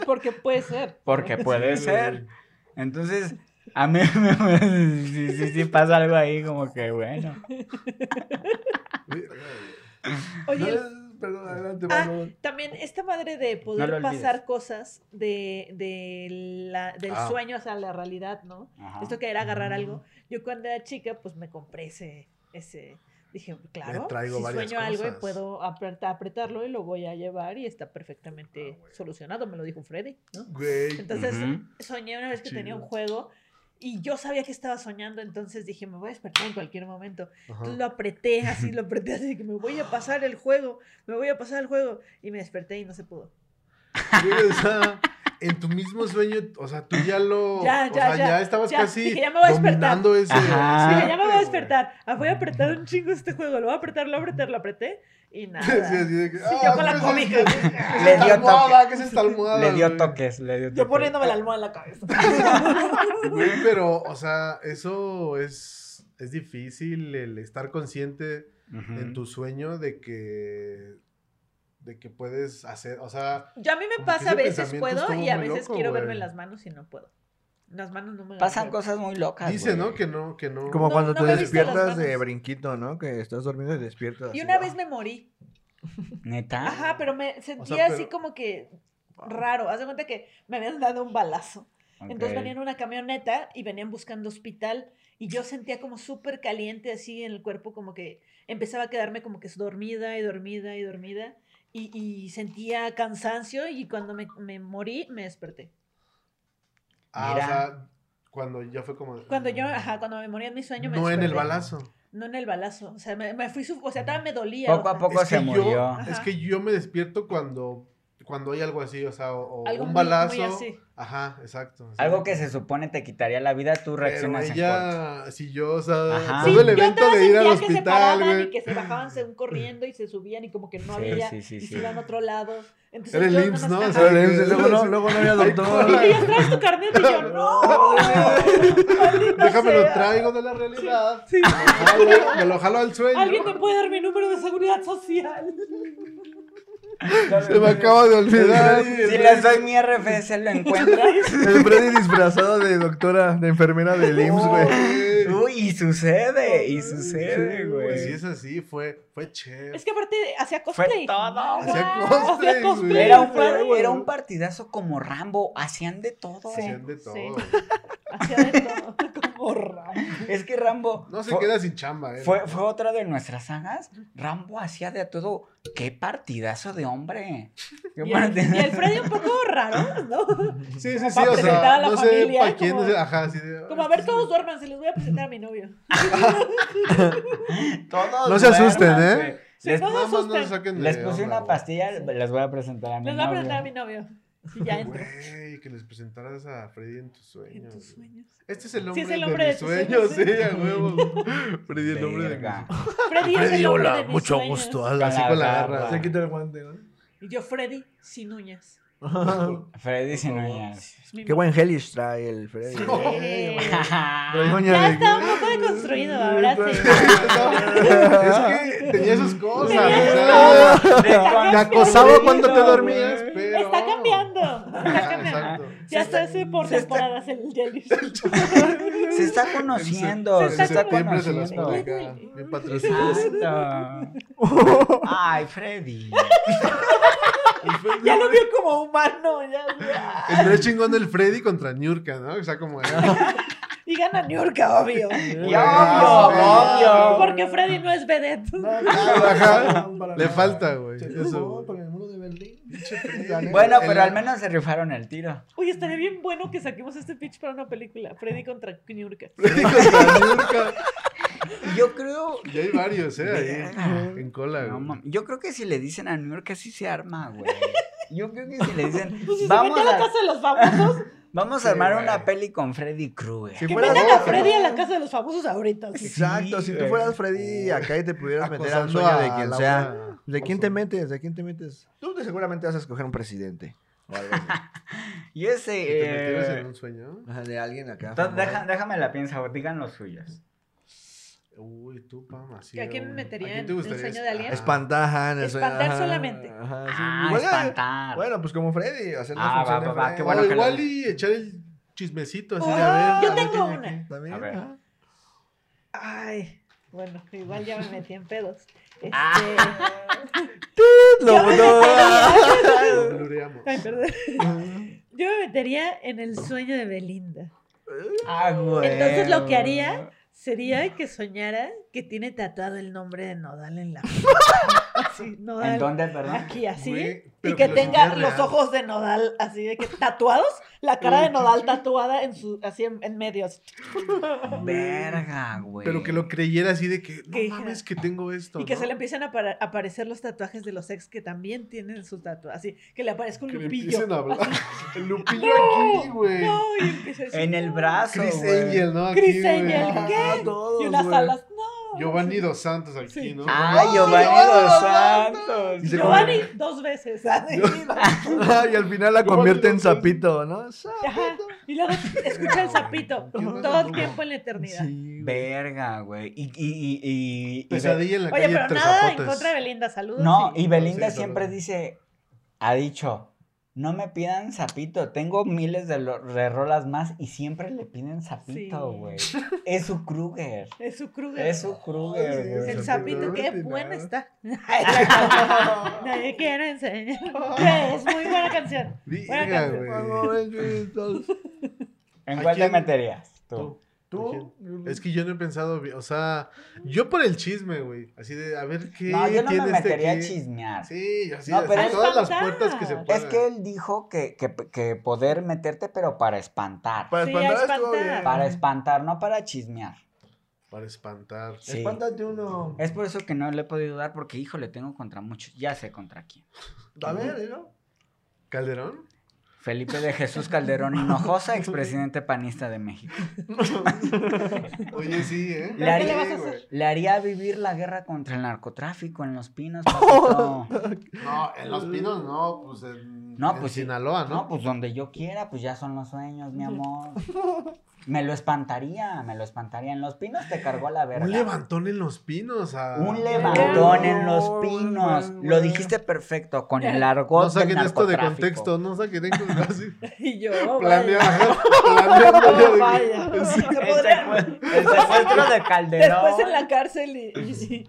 Porque puede ser. Porque puede Sí, ser. güey. Entonces, a mí me, me- sí, sí, sí pasa algo ahí como que bueno. No Oye, les- Perdón, adelante, Ah, Manuel. también esta madre de No poder lo olvides. pasar cosas de, de la, del Ah. Mm. sueño hacia la realidad, ¿no? Ajá. Esto que era agarrar algo. Yo cuando era chica, pues me compré ese, ese. Dije, claro, traigo si varias sueño algo y cosas. puedo apret- apretarlo y lo voy a llevar y está Ah, perfectamente solucionado, me lo dijo Freddy, ¿no? Güey. Entonces, Ujú. soñé una vez que tenía un Chido. juego y yo sabía que estaba soñando, entonces dije, me voy a despertar en cualquier momento. Ajá. Entonces lo apreté así, lo apreté así, que me voy a pasar el juego, me voy a pasar el juego. Y me desperté y no se pudo. Güey, o sea, en tu mismo sueño, o sea, tú ya lo. Ya, o ya, sea, ya, ya, estabas ya. casi Dije, ya me voy a despertar. dominando ese. Ajá. ese Dije, ya me voy a arte, despertar, ah, voy a apretar un chingo este juego, lo voy a apretar, lo voy a apretar, lo apreté y nada. güey. Sí, así de que, Sí, "Ah, yo con la ¿qué es cobija. esto? ¿Qué es Le esta dio almohada? ¿Qué es esta almohada, Le dio güey? toques, le dio toques. Yo poniéndome la almohada en la cabeza. Güey, pero, o sea, eso es, es difícil, el estar consciente Ujú. en tu sueño de que, de que puedes hacer, o sea, Yo a mí me Como que pasa, ese a veces pensamiento puedo estuvo y a muy veces loco, quiero verme güey. las manos y no puedo. Las manos no me Pasan dan. cosas muy locas. dice, güey. ¿no? Que no, que no. Como Ah, No, cuando no te me he visto las despiertas de manos. brinquito, ¿no? Que estás durmiendo y despiertas. Y así, una ah. vez me morí. Neta. Ajá, pero me sentía así pero- como que raro. Haz de cuenta que me habían dado un balazo. Entonces Ok. venían en una camioneta y venían buscando hospital y yo sentía como súper caliente así en el cuerpo, como que empezaba a quedarme como que dormida y dormida y dormida y, y sentía cansancio y cuando me, me morí me desperté. Ah, Mira. o sea, cuando ya fue como... Cuando yo, ajá, cuando me morí en mi sueño me Mm. No en el desperté. balazo. Mm. No en el balazo, o sea, me, me fui, su- o sea, todavía me dolía. Poco o a sea, poco se que murió. Yo, es que yo me despierto cuando, cuando hay algo así, o sea, o, o Algo un muy- balazo. muy así. Ajá, exacto. sí. Algo que se supone te quitaría la vida, tú Pero reaccionas en corto. ella, si yo, o sea, Ajá. todo Sí, el Ah, yo evento todavía de ir al sentía que se hospital, paraban y güey. que se bajaban según corriendo y se subían y como que no Sí, había sí, sí, y sí. se iban a otro lado. Entonces Era el pues, yo IMSS, nada más- ¿no? ajá. O sea, Pero le dice, luego no, luego no había Y me doctor. dices, traes tu carnet y yo, no. maldita Déjame lo sea". traigo de la realidad. Sí. Me lo jalo- Me lo jalo al sueño. Alguien te puede dar mi número de seguridad social. Se me acaba de olvidar. Si les doy mi RFC, ¿lo Pues, encuentras? El Freddy disfrazado de doctora, de enfermera del IMSS, güey. Uy, y sucede, y sucede, Y güey. si es así, fue, fue chévere. Es que aparte hacía Fue cosplay. todo, Hacía Guau, cosplay, hacía cosplay, güey. Era un, güey. par- era un partidazo como Rambo, hacían de todo. Hacían de sí. todo. Hacía de todo. Como raro. Es que Rambo No se fue, queda sin chamba, eh. fue- fue otra de nuestras sagas. Rambo hacía de todo. Qué partidazo de hombre. Qué Y el, partidazo. y el Freddy un poco raro, ¿no? Sí, sí, sí, Pa' o presentar sea, a la no sé familia, para quién, como- no sé, ajá, así de, "Ah, Como a ver, todos duerman, se les voy a presentar a mi novio. Todos No se asusten, duerman, ¿eh? güey. Sí, Les- no se Nada más no se asusten. saquen de Les puse onda, una güey. pastilla, les voy a presentar a mi Les voy a novia. presentar a mi novio. Y ya entro. Güey, que les presentaras a Freddy en tus sueños. En tus güey. sueños. Este es el Sí, hombre, es el de, hombre de mis tus sueños, sueños, sí, a huevo. Freddy, el hombre de mis Verga. sueños. Freddy, es el hombre de mis sueños. hazla Con la barba. Se quita el guante, ¿no? Y yo, Freddy, sin uñas. Freddy sin favor. uñas. Es mi Qué buen hellish trae el Freddy. Sí. No. Ya está un poco deconstruido, ahora sí. es que tenía sus cosas. Tenía sus ¿sabes? Está Te acosaba cuando te dormías, güey. pero. Está cambiando. Está Ah, cambiando. Exacto. Ya está así por Se está- temporadas el Jelly. Se está conociendo, Se se está está septiembre se las conociendo. publica. Bien patrocinado. Exacto. Ay, Freddy. Ah, Ya lo vio como humano. Ya, Entré chingón el Freddy contra Niurka, ¿no? O sea, como. Y gana New York, obvio. Ah, obvio, Porque Freddy no es vedette. Le falta, güey. Eso. Para el muro de Berlín. Bueno, El- pero al menos se rifaron el tiro. Oye, estaría bien bueno que saquemos este pitch para una película. Freddy contra New York. Freddy contra Niurka. Yo creo. Y hay varios, ¿eh? Verga. Ahí. En cola, No, güey. mam- yo creo que si le dicen a New York así se arma, güey. Yo creo que si le dicen, Pues si vamos, se mete a la a, casa de los famosos, vamos Sí, a armar güey. una peli con Freddy Krueger. Sí, que fuera metan de- a Freddy a la casa de los famosos ahorita. sí. Exacto, si tú güey. fueras Freddy acá y te pudieras meter al Acosando sueño a de quien Laura sea. ¿De quién te Bozo. metes? ¿De quién te metes? Tú te- seguramente vas a escoger un presidente. O algo así. Y ese. ¿Que te metieras eh, en un sueño? Ajá, De alguien acá. entonces, famoso. deja- déjame la piensa, digan los suyos. Uy, tú, Pam, así. ¿Que a quién me güey. metería ¿A quién en te el gustaría sueño de alguien? Espantar, ajá, en el sueño, Espantar ajá, solamente. ajá, sí. Ah, Igual, espantar. Bueno, pues como Freddy, hacer la Ah, función va, de va, va, Freddy. qué O bueno que lo- igual y echar el chismecito así de Ah, a ver. yo a ver tengo quién- una. También. A ver. ajá. Ay, bueno, igual ya me metí en pedos. Este, Ah. No, Lo blureamos. Ay, perdón. no. Yo me metería en el sueño de Belinda. Ah, güey. Entonces, lo que haría- Sería que soñara que tiene tatuado el nombre de Nodal en la Así, Nodal. ¿En dónde, perdón? Aquí, así. Güey, y pero que lo tenga sintiera los real. ojos de Nodal así de que tatuados, la cara de Nodal tatuada en su, así en, en medio. así. Verga, güey. Pero que lo creyera así de que, no Que dijera- mames que tengo esto, Y que ¿no? se le empiecen a apara- aparecer los tatuajes de los ex que también tienen su tatuaje. Así, que le aparezca un Que le lupillo. empiecen a hablar. así. El Lupillo No, aquí, güey. No, y empieza a decir, En el "No". brazo. Chris güey. Angel, ¿no? Aquí, Chris güey. Ah, Angel, ¿qué? todos, y unas güey. alas, no. Giovanni Dos Santos aquí, Sí. ¿no? Ah, Giovanni Dos Santos. Y se Giovanni dos veces. así. Ah, y al final la Yo convierte en cuando lo- sapito, ¿no? Ajá. Y luego escucha el sapito ¿Qué onda, todo el Hugo? tiempo en la eternidad. Sí, güey. Verga, güey. Y, y, y, y, y Be- Pesadilla en la Oye, calle pero Tres nada en Zapotes. contra de Belinda, saludos. No, y- y Belinda Sí, siempre saludos. dice, ha dicho, no me pidan sapito, tengo miles de, lo- de rolas más y siempre le piden sapito, Sí. güey. Es su Kruger. Es su Kruger. Es su Kruger, sí, güey. El Pero sapito, no qué tiene buena nada. está. Nadie quiere enseñar. Es muy buena canción. Verga, güey. ¿En ¿A cuál te quién? meterías? Tú. Tú, tú. Es que yo no he pensado, bi- o sea, yo por el chisme, güey. Así de, a ver qué No, yo no me tiene este metería a aquí. chismear. Sí, yo así, No, así, pero es todas las espantar. puertas que se Es Es puedan. que él dijo que, que, que poder meterte, pero para espantar. Para Sí, espantar a estuvo espantar. bien. Para espantar, no para chismear. Para espantar. Sí. Espántate uno. Es por eso que no le he podido dar, porque hijo, le tengo contra muchos. Ya sé contra quién. A ver, ¿no? ¿Calderón? Felipe de Jesús Calderón Hinojosa, expresidente panista de México. Oye, sí, ¿eh? ¿Pero qué Sí, le vas a hacer? güey. Le haría vivir la guerra contra el narcotráfico en Los Pinos. papito. No, en Los Pinos no, pues en, No, en pues sí. Sinaloa, ¿no? No, pues donde yo quiera, pues ya son los sueños, mi amor. Me lo espantaría, me lo espantaría. En Los Pinos te cargó a la verga. Un levantón en Los Pinos. a- Un levantón en Los No, Pinos. güey, Lo güey. dijiste perfecto, con el argot No saquen del esto de narcotráfico. contexto, no saquen esto de así. Y yo. Planeando. vaya, planeando- vaya. Sí, Yo El podría- secue- el secuestro de Calderón. Después en la cárcel y, y sí.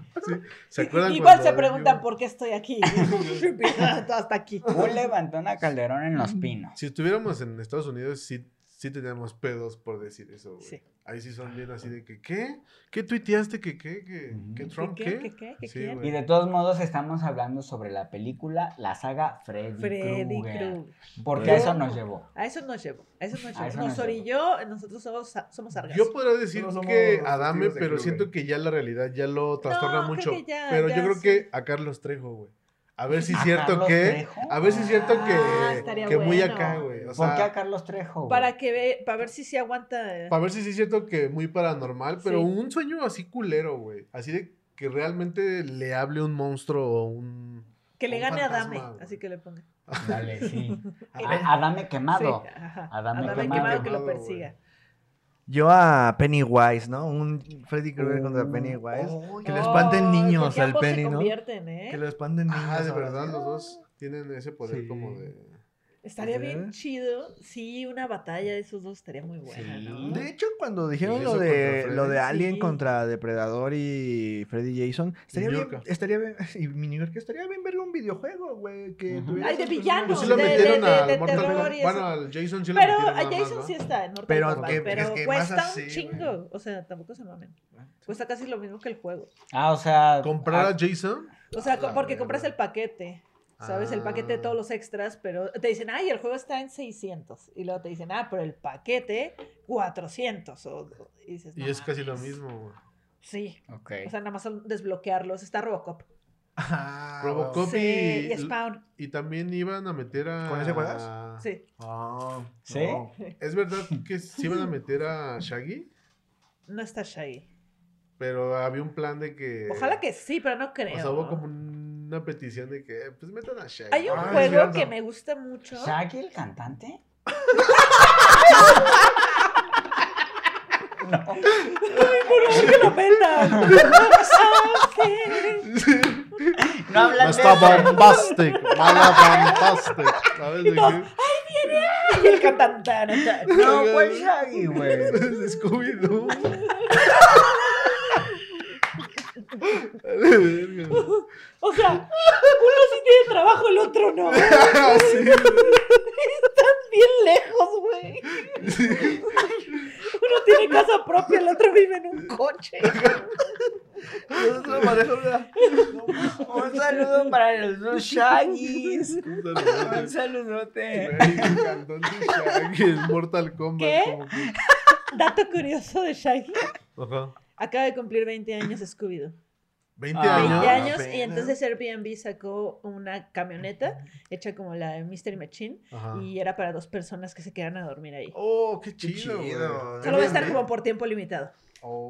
¿Se acuerdan Igual cuando se yo- preguntan por qué estoy aquí. Y empiezan todo hasta aquí. Un levantón a Calderón en Los Pinos. Si estuviéramos en Estados Unidos, sí, sí teníamos pedos por decir eso, güey. Sí. Ahí sí son bien así de que, ¿qué? ¿Qué tuiteaste? ¿Que qué? ¿Que, Ujú. que ¿Qué, Trump qué, qué? qué, qué, qué, Sí, qué? güey. Y de todos modos estamos hablando sobre la película, la saga Freddy, Freddy Krueger. Krueger. Porque a eso nos llevó. A eso nos llevó. A eso nos A llevó. eso nos nos orilló. Nosotros somos, somos sargazo. Yo podría decir No somos que testigos Adame, de pero Kruger. siento que ya la realidad ya lo trastorna creo mucho. que ya- pero ya yo creo sí. que a Carlos Trejo, güey. A ver si es ¿A cierto Carlos que. Trejo? A ver si es cierto que. Ah, estaría que muy bueno. acá, güey. O ¿Por qué a sea, Carlos Trejo? güey? Para que ve, para ver si se aguanta. para ver si sí es cierto que muy paranormal, pero Sí. un sueño así culero, güey. Así de que realmente le hable un monstruo o un. que le un gane fantasma, a Dame. güey. Así que le ponga. Dale, sí. A ver. A- Adame quemado. Sí, ajá. Adame Adame quemado. quemado que Quemado, lo güey. persiga. Yo a Pennywise, ¿no? Un Freddy Krueger contra Oh, Pennywise. Oh, Que le espanten Ay, niños porque al ambos Penny, se ¿no? convierten, ¿eh? Que lo espanten niños. Ah, de ahora verdad, sí. los dos tienen ese poder Sí. como de. Estaría ¿Sí? bien chido. Sí, una batalla de esos dos estaría muy buena, Sí. ¿no? De hecho, cuando dijeron eso lo de, contra lo de Freddy. Alien Sí. contra Depredador y Freddy Jason, estaría New bien, York. estaría bien, y New York, estaría bien verlo un videojuego, güey, que Ujú. tuviera Ay, de esos villanos, Pues sí personajes. lo de- metieron de- de al Mortal terror Kombat. y Bueno, eso. al Jason sí lo Pero metieron. a nada más, Jason ¿no? sí está en Mortal Pero Kombat, que- pero es que más cuesta así, un güey. chingo. O sea, tampoco se mamen. Cuesta casi lo mismo que el juego. Ah, o sea. Comprar ah, a Jason. O sea, A co- la porque verga. compras el paquete. ¿Sabes? El paquete de Ah. todos los extras, pero te dicen, ay, el juego está en 600. Y luego te dicen, ah, pero el paquete, 400. O, y dices, Y "No es casi lo mames". mismo, güey. Sí. Ok. O sea, nada más son desbloquearlos. Está Robocop. Ah, Robocop. Copy Sí, y- y Spawn. Y también iban a meter a. ¿Con ese Ah. juegas? Sí. wow. Ah, ¿Sí? no. Es verdad que sí iban a meter a Shaggy, No está Shaggy. pero había un plan de que. Ojalá que sí, pero no O creo. sea, hubo como una petición de que, eh, pues metan a Shaggy. Hay un Ah, es juego cierto. que me gusta mucho. ¿Shaggy el cantante? no. ¡Que lo metan! No hablan de Está eso. bombastic, mala bombastic. ¿Sabes de qué? Y el cantantano. No, ¿cuál Shaggy, güey? Es Scooby-Doo. A la verga, güey. O sea, uno sí tiene trabajo, el otro no. Ah, sí. Están bien lejos, güey. Uno tiene casa propia, el otro vive en un coche. Yo solo manejo una- Un saludo para los dos Shaggies. Un saludote. Un saludote. El cantante Shaggy en Mortal Kombat. ¿Qué? como que- Dato curioso de Shaggy. Ajá. Acaba de cumplir 20 años Scooby-Doo. 20 Ah, 20 años. años y apenas. entonces Airbnb sacó una camioneta hecha como la de Mystery Machine Ah. Ajá. y era para dos personas que se quedan a dormir ahí. Oh, qué chido, chido. güey. güey. Solo va a estar Airbnb. como por tiempo limitado. Oh,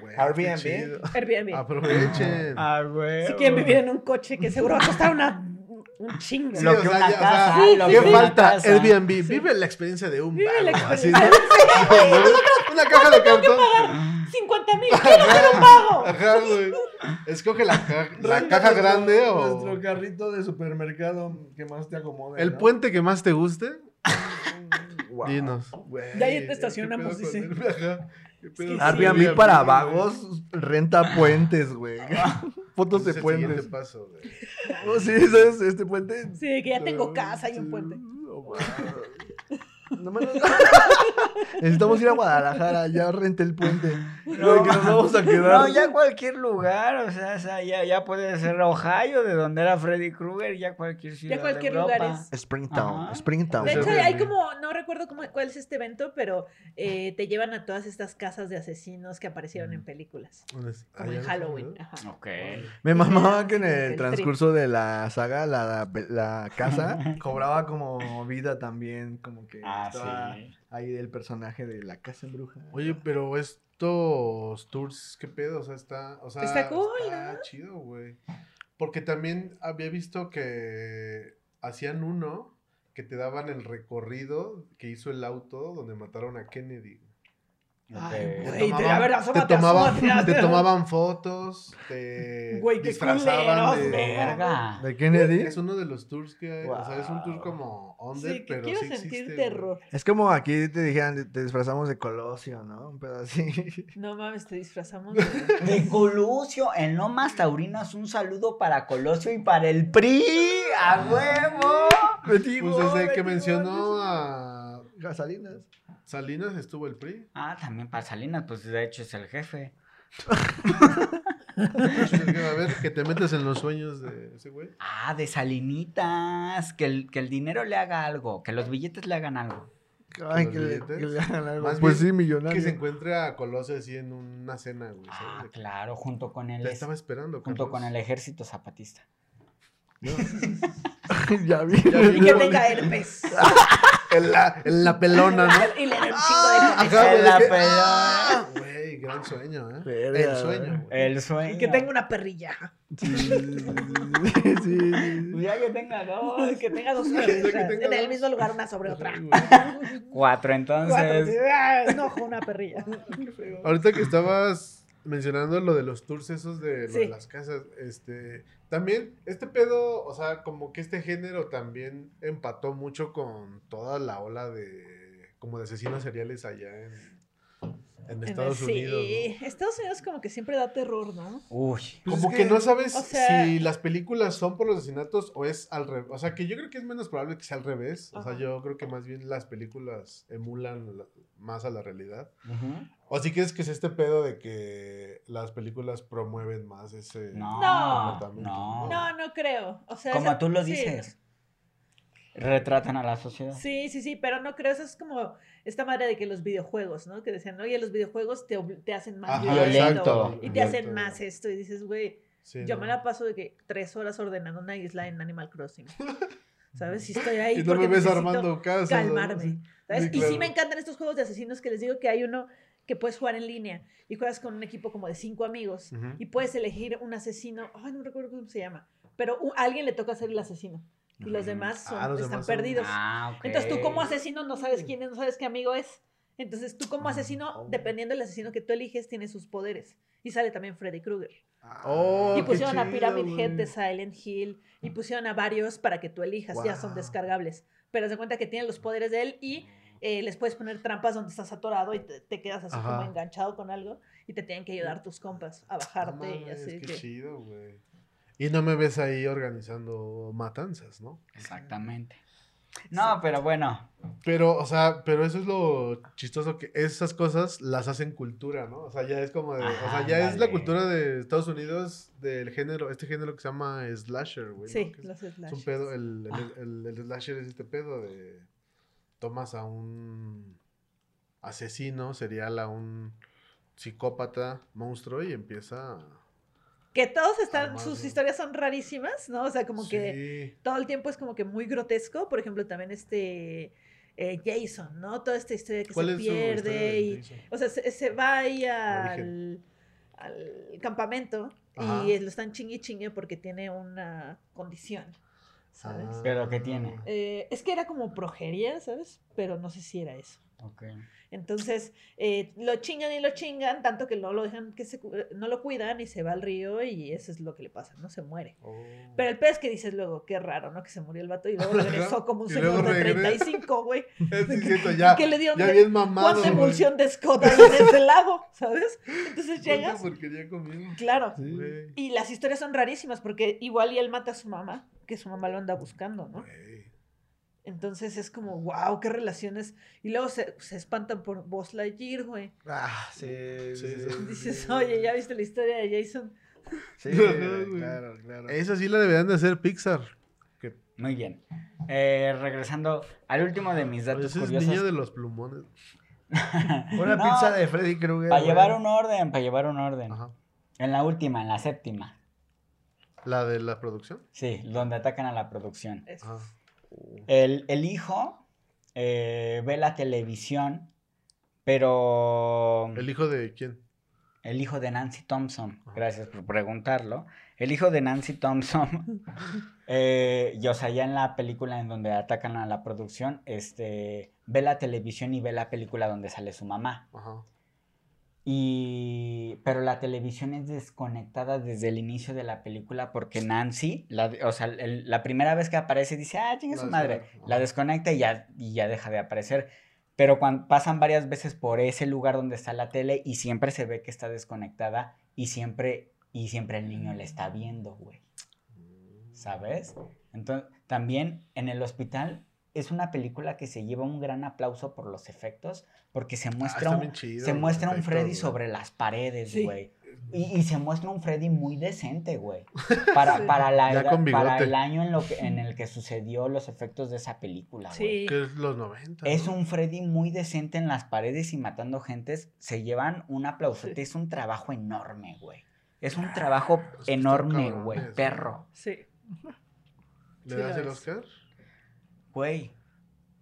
güey. Airbnb. qué chido. Airbnb. Aprovechen. Ah, güey. Si quieren vivir en un coche que seguro va a costar una, un chingo. Sí, Lo o que sea, una ya, o casa. sea, lo sí, que ¿Qué sí. una falta? casa. Airbnb. Vive la experiencia de un Vive la vago, así, experiencia. ¿no? Una caja de cartón. 50 mil, quiero ser un pago. Ajá, güey. Escoge la, ca- la Renta caja nuestro- grande o Nuestro carrito de supermercado que más te acomode. el ¿no? puente que más te guste. Wow. Dinos. De ahí te estacionamos, ¿Qué pedo con dice. el- Ajá. ¿Qué pedo que con sí. el Airbnb para güey? vagos renta puentes, güey. Fotos Ese Este es de el siguiente puentes. paso, güey. Oh, sí, ¿sabes? Este puente. Sí, de que ya tengo casa y un puente. Oh, wow. No me lo- Necesitamos ir a Guadalajara, ya renté el puente. Güey, que nos vamos a quedar. No, ya cualquier lugar, o sea, o sea, ya, ya puede ser Ohio, de donde era Freddy Krueger, ya cualquier ciudad. Ya cualquier de Europa. lugar es. Springtown, Ajá. Springtown. De Ese hecho, es hay Airbnb. como, no recuerdo cómo, cuál es este evento, pero eh, te llevan a todas estas casas de asesinos que aparecieron en películas. Pues, Ah, Como ya en lo Halloween. saben, Ajá. Ok. Me mamaba que en el El transcurso de la saga, la, la casa cobraba como vida también, como que Ah, estaba sí. ahí el personaje de la casa bruja. ¿no? Oye, pero estos tours, ¿qué pedo? O sea, está. O sea, Está cool, está chido, güey. Porque también había visto eh, que hacían uno que te daban el recorrido que hizo el auto donde mataron a Kennedy. Ay, Ok. güey, te- tomaban- a ver, asómate, te tomaban, asómate, asómate. te tomaban fotos, te Güey, qué disfrazaban culeros, de... Verga. ¿De Kennedy? Es uno de los tours que hay, o sea, es un tour Wow. como under, Sí, que pero quiero sí existe. sentir güey. terror. Es como aquí te dijeran, te disfrazamos de Colosio, ¿no? Un pedo así. No mames, te disfrazamos. de- De Colosio, en Lomas Taurinas, un saludo para Colosio y para el PRI. ¡A huevo! Metigo, Pues desde que metigo, mencionó a Gasalinas. Salinas estuvo el PRI. Ah, también para Salinas, pues de hecho es el jefe. A ver, que te metes en los sueños de ese güey. Ah, de Salinitas. Que el, que el dinero le haga algo, que los billetes le hagan algo. Ay, los que le, billetes. que le hagan algo. Más pues bien sí, millonario. Que se encuentre a Colosio así en una cena, güey. ¿sabes? Ah, De que claro, junto con el, La es- estaba esperando. junto Carlos. con el ejército zapatista. ya vi. Y que tenga herpes. En la, en la pelona, ¿no? Y le den un chingo de Ajá, comezón. güey, de la que- pelona. ¡Ah! Güey, gran sueño, ¿eh? Verga, el sueño. güey. El sueño. Y que tenga una perrilla. sí, sí, sí. Pues Ya que tenga dos. Que tenga dos que perrillas. tenga En el dos. mismo lugar, una sobre otra. Ay, güey. Cuatro, entonces. Cuatro, sí, ah, un ojo, una perrilla. Ahorita que estabas mencionando lo de los tours esos de, lo de Sí. las casas, este, también este pedo, o sea, como que este género también empató mucho con toda la ola de como de asesinos seriales allá en, en Estados sí. Unidos. ¿no? Estados Unidos como que siempre da terror, ¿no? Uy. Pues como es que, que- no sabes o sea- si las películas son por los asesinatos o es al revés. O sea, que yo creo que es menos probable que sea al revés. O sea, Ajá. yo creo que más bien las películas emulan la- más a la realidad. Ujú. ¿O sí crees que es este pedo de que las películas promueven más ese No. No. comportamiento? No. No, no creo. O sea, Como esa- tú lo sí. dices. Retratan a la sociedad. Sí, sí, sí, pero no creo. Eso es como esta madre de que los videojuegos, ¿no? Que decían, oye, los videojuegos te, obli- te hacen más Ajá, violento. violento. Y te Violento. hacen más esto. Y dices, güey, Sí, yo no. me la paso de que tres horas ordenando una isla en Animal Crossing. ¿Sabes? Si estoy ahí. Y no me porque ves necesito armando casas. ¿no? Calmarme. ¿sabes? Sí, Y claro. sí me encantan estos juegos de asesinos que les digo que hay uno que puedes jugar en línea y juegas con un equipo como de cinco amigos Ujú. y puedes elegir un asesino. Ay, no recuerdo cómo se llama. Pero u- a alguien le toca ser el asesino y los demás son- Ah, los están demás son- perdidos. Ah, ok. Entonces tú como asesino no sabes quién es, no sabes qué amigo es. Entonces tú Ah, como asesino, dependiendo del asesino que tú eliges, tienes sus poderes. Y sale también Freddy Krueger. Ah. Oh, y pues qué pusieron a chido, Pyramid güey. Head de Silent Hill. Y pusieron a varios para que tú elijas. Ya son Guau. descargables. Pero haz de cuenta que tienen los poderes de él y eh, les puedes poner trampas donde estás atorado y te, te quedas así Ajá. como enganchado con algo. Y te tienen que ayudar tus compas a No bajarte. y mames, así qué que- chido, güey. Y no me ves ahí organizando matanzas, ¿no? Exactamente. No, pero bueno. Pero, o sea, pero eso es lo chistoso que esas cosas las hacen cultura, ¿no? O sea, ya es como de, o Ajá, sea, ya es la ándale. cultura de Estados Unidos del género, este género que se llama slasher, güey. ¿no? Sí, Que es- los Es un slashes. pedo, eh, el, el- Ah. el- el slasher es este pedo de tomas a un asesino serial, a un psicópata, monstruo y empieza a- Que todos están, Jamás, sus güey. historias son rarísimas, ¿no? O sea, como que Sí. todo el tiempo es como que muy grotesco. Por ejemplo, también este eh, Jason, ¿no? Toda esta historia que ¿Cuál se es su historia pierde de y. Jason? O sea, se, se va ahí al, Origen. al campamento Ajá. y lo están chingue y chingue porque tiene una condición, ¿sabes? Ah. ¿Pero qué tiene? Eh, es que era como progeria, ¿sabes? Pero no sé si era eso. Ok. Entonces, eh, lo chingan y lo chingan, tanto que no lo dejan, que se, cu- no lo cuidan y se va al río y eso es lo que le pasa, no se muere. Oh. Pero el pez que dices luego, qué raro, ¿no? Que se murió el vato y luego Ajá. regresó como un Y luego señor de regresa. 35, güey. Sí, es cierto, ya, que le dieron ya de- bien mamado. ¿Cuánta güey. emulsión de Scott hay en ese lago? ¿Sabes? Entonces ¿Cuánta llegas, porquería conmigo? claro. Sí. Güey, Y las historias son rarísimas porque igual y él mata a su mamá, que su mamá lo anda buscando, ¿no? güey. Entonces es como, wow, qué relaciones. Y luego se, se espantan por Buzz Lightyear, güey. Ah, sí, Sí, sí, sí. sí. Dices, Ah, oye, ¿ya viste la historia de Jason? Sí, Ajá, güey. claro, claro. Esa sí la deberían de hacer Pixar. Muy bien. Eh, regresando al último de mis datos Ese es curiosos. niño de los plumones. Una No, pizza de Freddy Krueger. Para güey. llevar un orden, para llevar un orden. Ajá. En la última, en la séptima. La de la producción. Sí, donde atacan a la producción. Es- Ajá. El, el hijo eh, ve la televisión, pero ¿El hijo de quién? el hijo de Nancy Thompson, Ajá. gracias por preguntarlo, el hijo de Nancy Thompson, eh, y o sea, ya en la película en donde atacan a la producción, este, ve la televisión y ve la película donde sale su mamá. Ajá. Y, pero la televisión es desconectada desde el inicio de la película porque Nancy, la, de- o sea, el- la primera vez que aparece dice, ah, chingue La su madre, desconecta, la ajá. desconecta y ya, y ya deja de aparecer. Pero cuando, pasan varias veces por ese lugar donde está la tele y siempre se ve que está desconectada y siempre, y siempre el niño le está viendo, güey. ¿Sabes? Entonces, también en el hospital es una película que se lleva un gran aplauso por los efectos, porque se muestra, Ah, está un- bien chido se los muestra un efectos, Freddy güey. sobre las paredes, Sí. güey. Y, y se muestra un Freddy muy decente, güey. Para, Sí. para, la Ya edad- con para bigote. el año en, lo que- en el que sucedió los efectos de esa película, güey. Sí. Que es los 90. Es ¿no? un Freddy muy decente en las paredes y matando gentes. Se llevan un aplausote. Sí. Es un trabajo enorme, güey. Es un trabajo Ah, es que están enorme, cabrones, güey. güey. Perro. Sí. ¿Le Sí, das lo el es. Oscar? Güey.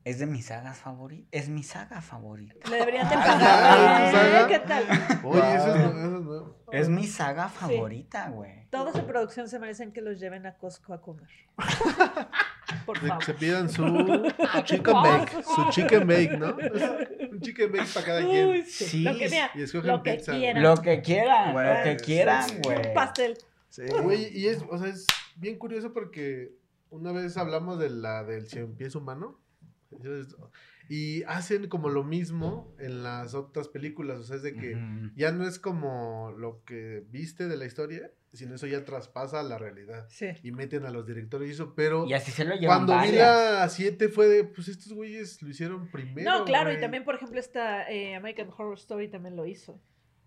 Es de mis sagas favoritas. Es mi saga favorita. Le deberían de Ah, pagar. ¿saga? ¿eh? ¿Qué tal? Oye, eso es, Wow. nu- eso es nuevo. Es mi saga favorita, güey. Todos en producción se merecen que los lleven a Costco a comer. Por De que favor. se pidan su chicken bake. Su chicken bake, ¿no? Un chicken bake para cada Uy, quien. sí. Sí, Lo que vean. Y escogen lo que pizza. quieran. Lo que quieran, Güey, lo que sí, quieran, sí. güey. Un pastel. Sí. Güey, y es, o sea, es bien curioso porque una vez hablamos de la del cien pies humano. Entonces, Y hacen como lo mismo en las otras películas. O sea, es de que Ujú. ya no es como lo que viste de la historia, sino eso ya traspasa a la realidad. Sí. Y meten a los directores y eso, pero Y así se lo llevan cuando vi varias. la 7 fue de, pues estos güeyes lo hicieron primero. No, claro, y güey. también, por ejemplo, esta eh, American Horror Story también lo hizo.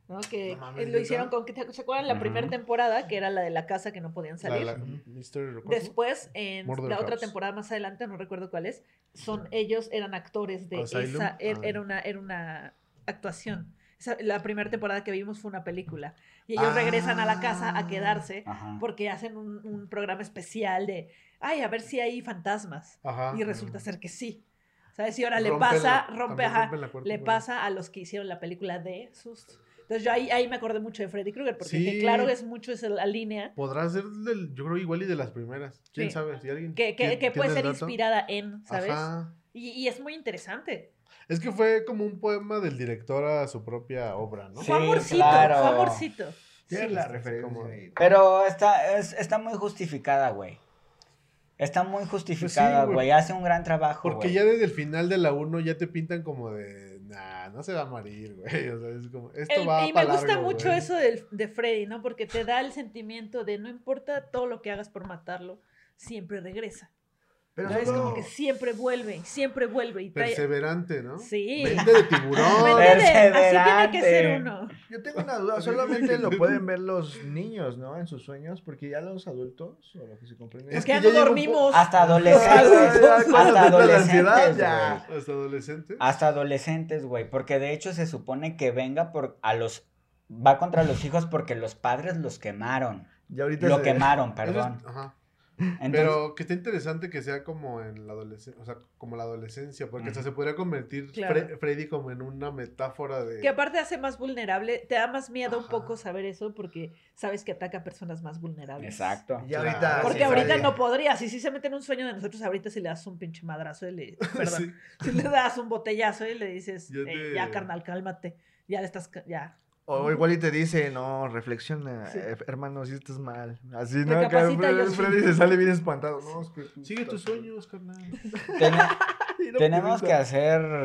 ¿no? Que eh, No mames, lo ¿neta? hicieron con que se acuerdan la Ujú. primera temporada, que era la de la casa que no podían La- salir. la- Mystery Records, ¿no? Después, en Murder la otra House. temporada más adelante, no recuerdo cuál es, son ellos eran actores de Asylum. esa, er- Ah. era una, era una actuación. Esa- la primera temporada que vimos fue una película. Y ellos Ah. regresan a la casa a quedarse Ajá. porque hacen un, un programa especial de, ay, a ver si hay fantasmas. Ajá. Y resulta ser que sí. ¿Sabes? Y ahora le Rompen la- pasa, también rompe, ajá, rompen la cuarta le pared. pasa a los que hicieron la película de Susto. Entonces yo ahí, ahí me acordé mucho de Freddy Krueger, porque dije, Sí. claro, es mucho esa la línea Podrá ser del, yo creo igual y de las primeras. ¿Quién Sí. sabe? Si alguien que, que- tie- que puede tiene ser el dato. inspirada en, ¿sabes? Ajá. Y, y es muy interesante. Es que fue como un poema del director a su propia obra, ¿no? Sí, fue amorcito, claro. fue amorcito. Tiene Sí, la está referencia. como- ahí. Pero está, es- está muy justificada, güey. Está muy Pues justificada, güey. güey. Hace un gran trabajo. Porque güey. ya desde el final de la 1 ya te pintan como de, nah, no se va a morir, güey. O sea, es como, esto El- va y me pa' gusta largo, mucho güey. eso del- de Freddy, ¿no? Porque te da el sentimiento de no importa todo lo que hagas por matarlo, siempre regresa. Pero ¿no? Es solo- como que siempre vuelve, siempre vuelve. Y trae- Perseverante, Oh. ¿no? Sí. Vende de Vende tiburón. de- así tiene Perseverante. que ser uno. Yo tengo una duda, solamente lo pueden ver los niños, ¿no? En sus sueños, porque ya los adultos, o lo que se comprende. Es que que ya ya no llega un dormimos. Hasta Ya, adolescentes. ya, cuando hasta te entra la adolescentes, ansiedad, ya. güey. Hasta adolescente. Hasta adolescentes, güey. Porque de hecho se supone que venga por a los. Va contra los hijos porque los padres los quemaron. Ya ahorita Lo se- quemaron, Eso es- perdón. ajá. Entonces, Pero que está interesante que sea como en la adolescencia, o sea, como la adolescencia, porque hasta Ujú. se podría convertir Claro. Fre- Freddy como en una metáfora de... Que aparte hace más vulnerable, te da más miedo un Ajá. poco saber eso porque sabes que ataca a personas más vulnerables. Exacto. Ya Claro. ahorita. Porque sí, ahorita sí. no podrías, y si se mete en un sueño de nosotros, ahorita si le das un pinche madrazo y le, perdón, Sí. si le das un botellazo y le dices, Ya "Eh, ya, te- carnal, cálmate, ya le estás, ca- ya. O igual y te dice, no, reflexiona, Sí. eh, hermano, si estás mal. Así, ¿no? Acá Recapacita, Fre- Yoshi. Freddy se sale bien espantado, ¿no? Es que tú Sigue estás tus mal". sueños, carnal. Ten- Y no tenemos piensa. que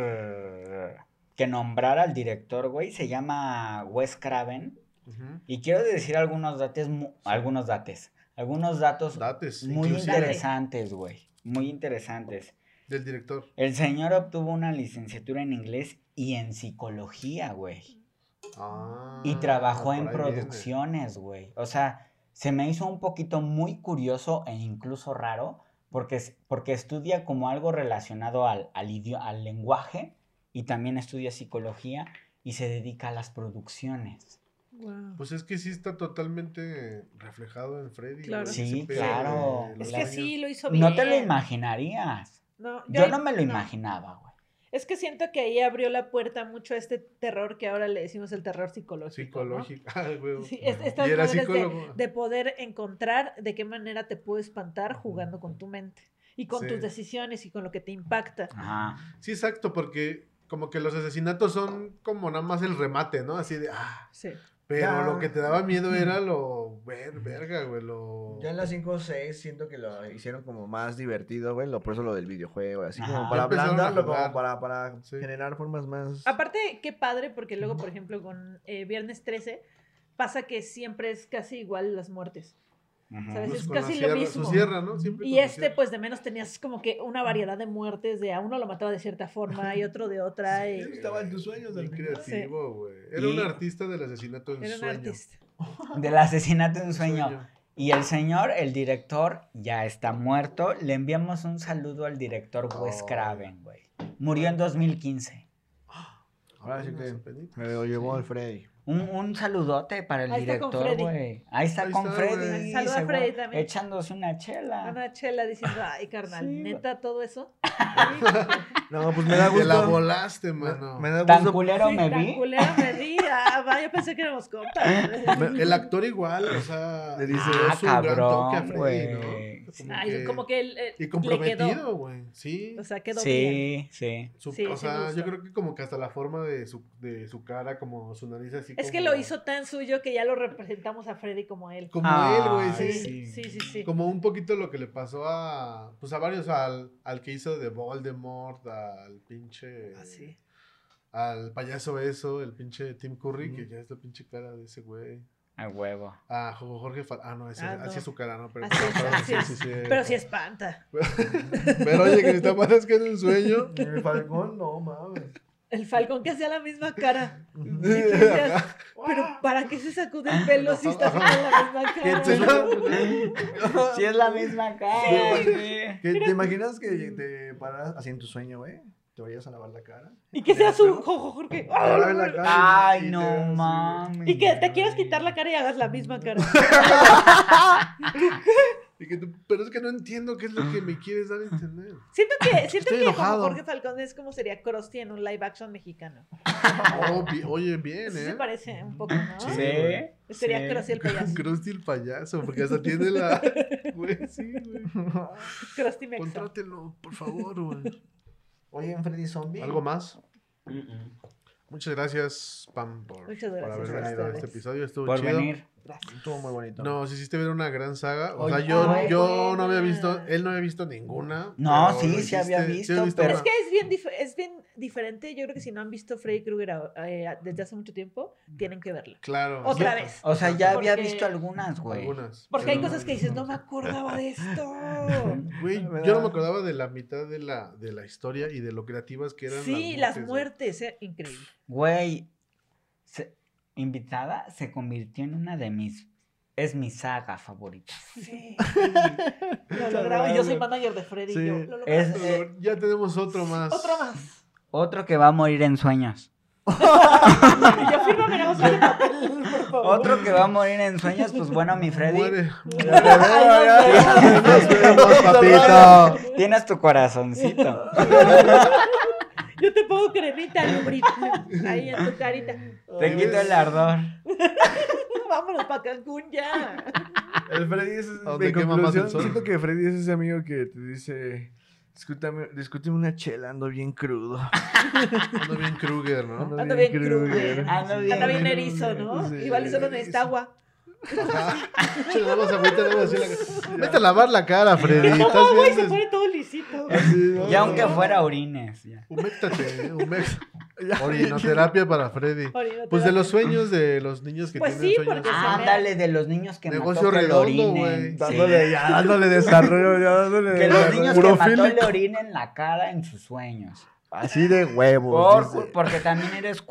hacer. Que nombrar al director, güey. Se llama Wes Craven. Ujú. Y quiero decir algunos datos. mu- Algunos datos. Algunos datos Dates, Muy inclusive, interesantes, güey. Muy interesantes. del director. El señor obtuvo una licenciatura en inglés y en psicología, güey. Ah, Y trabajó por en ahí viene. producciones, güey. O sea, se me hizo un poquito muy curioso e incluso raro porque, es- porque estudia como algo relacionado al, al, idio- al lenguaje y también estudia psicología y se dedica a las producciones. Pues es que sí está totalmente reflejado en Freddy. Claro. güey, Sí, ese pedo claro. de los Es que sueños. sí, lo hizo bien. No te lo imaginarías. No, yo Yo ahí- no me lo no. imaginaba, güey. Es que siento que ahí abrió la puerta mucho a este terror que ahora le decimos el terror psicológico. ¿no? Psicológico. Ah, güey. Sí, es- estas y era madres de- psicólogo. de poder encontrar de qué manera te puede espantar jugando con tu mente y con Sí. tus decisiones y con lo que te impacta. Ajá. Sí, exacto, porque como que los asesinatos son como nada más el remate, ¿no? Así de, ah, Sí. pero Ya. lo que te daba miedo era lo, ver, verga, güey, lo... Ya en las 5 o 6 siento que lo hicieron como más divertido, güey. Lo, por eso lo del videojuego, así Ajá. como para Ya empezaron a ablandarlo, jugar. como para, para Sí. generar formas más. Aparte, qué padre, porque luego, por ejemplo, con eh, Viernes 13 pasa que siempre es casi igual las muertes. Ujú. ¿Sabes? Pues Es con la casi lo sierra- mismo. Su sierra, ¿no? Siempre Y con su este, sierra. pues de menos tenías como que una variedad de muertes, de a uno lo mataba de cierta forma y otro de otra. y- Eso estaba en tus sueños del Bien creativo. creativo, güey. Era Y- un artista del asesinato en Era un sueño. artista. Del asesinato de un En sueño. Y el señor, el director, ya está muerto. Le enviamos un saludo al director Wes Oh. Craven, güey. Murió en 2015. Ahora sí que- Apenitas. Me lo llevó el Freddy. Un, un saludote para el Ahí está con director, Freddy. güey. Ahí está Ahí con está, Freddy. güey. Saluda a seguro, Freddy también. Echándose una chela. Ana Chela diciendo, ay, carnal, Ah. Sí, neta, todo eso. No, pues me da Te la gusto. volaste, Me, mano. me da Tan gusto. culero Sí, me tan vi. culera me vi. Ah, va, yo pensé que éramos compas. Me- El actor igual, o sea, Le dice, le ah, hizo un gran toque a cabrón, Freddy, ¿no? güey. Como Ay, que- como que él, eh, Y le quedó. comprometido, güey. Sí. O sea, quedó bien. Sí, sí. Su- sí, sí me o sea, gustó. yo creo que como que hasta la forma de su, de su cara, como su nariz así. Es que como- lo hizo tan suyo que ya lo representamos a Freddy como él. Como Ah. Ay, él, güey, sí. Sí, sí, sí. sí. Como un poquito lo que le pasó a. Pues a varios, al, al que hizo de Voldemort, al pinche. Así. Eh, Al payaso eso, el pinche Tim Curry, Ujú. que ya es la pinche cara de ese güey. A huevo. A Jo- Jorge Fal- Ah, no, ese, Ah, no. así es su cara, ¿no? Pero, Así es, perdón, así es. Pero sí espanta. eh. Pero oye, que está mal, es que es un sueño. El Falcón, no mames. El falcón que hacía la misma cara. Y tú decías, Pero ¿para qué se sacude Ah. el pelo si está haciendo la misma cara? se Sí es la misma cara, güey. ¿Qué- ¿Te imaginas que te paras así en tu sueño, güey? Te vayas a lavar la cara. Y que sea su jojo Jorge. Te laves la cara y- Ay, y te no das- mames. Y que te quieras quitar la cara y hagas la misma cara. Y que tú- pero es que no entiendo qué es lo que me quieres dar a entender. Siento que, siento Estoy que como enojado. Jorge Falcón es como sería Krusty en un live action mexicano. Oh, vi- oye, bien, Sí ¿eh? se parece un poco, ¿no? Sí. Sí. Sería sí. Krusty el payaso. Krusty el payaso, porque hasta tiene la. Güey, sí, güey. Krusty Mexa. Contrátelo, por favor, güey. Ah, Oye, en Freddy Zombie. ¿Algo más? Mm-mm. Muchas gracias, Pam, por, Muchas por gracias haber a venido a ustedes. este episodio. Estuvo Por chido. venir. Estuvo muy bonito. Nos hiciste ver una gran saga. O Oye, sea, yo, ay, yo no había buena. visto, él no había visto ninguna. No, pero sí, lo sí hiciste- había has visto, Pero Pero- es que es bien, dif- es bien diferente. Yo creo que si no han visto Freddy Krueger a- eh, desde hace mucho tiempo, tienen que verla. Claro. Otra sí. vez. O sea, ya había Porque- visto algunas, güey. Algunas. Porque hay pero- cosas que dices, no me acordaba de esto. Güey, ¿Verdad? yo no me acordaba de la mitad de la, de la historia y de lo creativas que eran. Sí, las güey. muertes, eh, increíble. Güey, se- invitada se convirtió en una de mis. Es mi saga favorita. Sí. Lo lograba. Yo soy manager de Freddy. Sí. Yo, lo lograba. Es eh, Ya tenemos otro más. Otro más. otro que va a morir en sueños. Yo firmo que no soy el papel, por favor. Otro que va a morir en sueños, pues bueno, mi Freddy. Muere. Ay, no, Nos vemos, papito. Tienes tu corazoncito. Yo te pongo cremita, lubrita, ahí en tu carita. Te quito el ardor. Ah, Vámonos para Cancún ya. El Freddy es. ¿O te En quema más el conclusión, sol? siento que Freddy es ese amigo que te dice. Discútame, discúteme una chela, ando bien crudo. Ando bien Kruger, ¿no? Ando bien Krueger. crudo. Ando bien. Anda bien erizo, ¿no? Sí. Igual y solo necesita agua. Ajá. Che, nada más agüita, nada más así la- Vete a lavar la cara, Freddy. No, Estás güey, bien. se des- pone todo lisito. Y aunque fuera orines. ya. Huméctate, eh, humex- Orinoterapia para Freddy. Orinoterapia. Pues de los sueños de los niños que Pues tienen sí, porque sueños. Ah. se me- Ándale, de los niños que Negocio mató que redondo, le orinen. güey. Sí. Dándole, ya, dándole desarrollo, ya dándole. Que los niños que mató Urofílico. le orinen la cara en sus sueños. Así de huevos. Por- dice. porque también eres Pues Es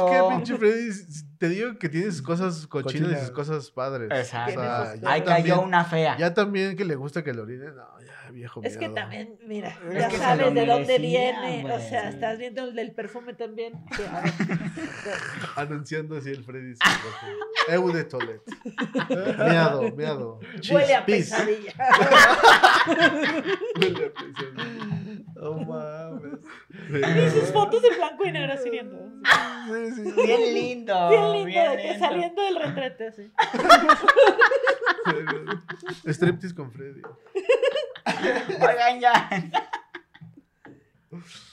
culero. que pinche Freddy, s- te digo que tiene sus cosas cochinas y Cochinas. sus cosas padres. Exacto. O sea, Tiene sus ya Ahí también- cayó una fea. Ya también que le gusta que lo orinen. No, ya, viejo Es que mierda. también, mira, Es ya que se sabes lo de dónde merecía, viene. O güey. sea, estás viendo el del perfume también. Anunciando así el Freddy. su rojo. Eu de Toilet. Meado, meado. Chis, Huele a pis. pesadilla. Huele a pesadilla. No mames. Y sus fotos en blanco y negro así viendo. Sí, sí. Bien Oh, lindo. Bien lindo, de que lindo. saliendo del retrete así. Striptease con Freddy. Oigan ya.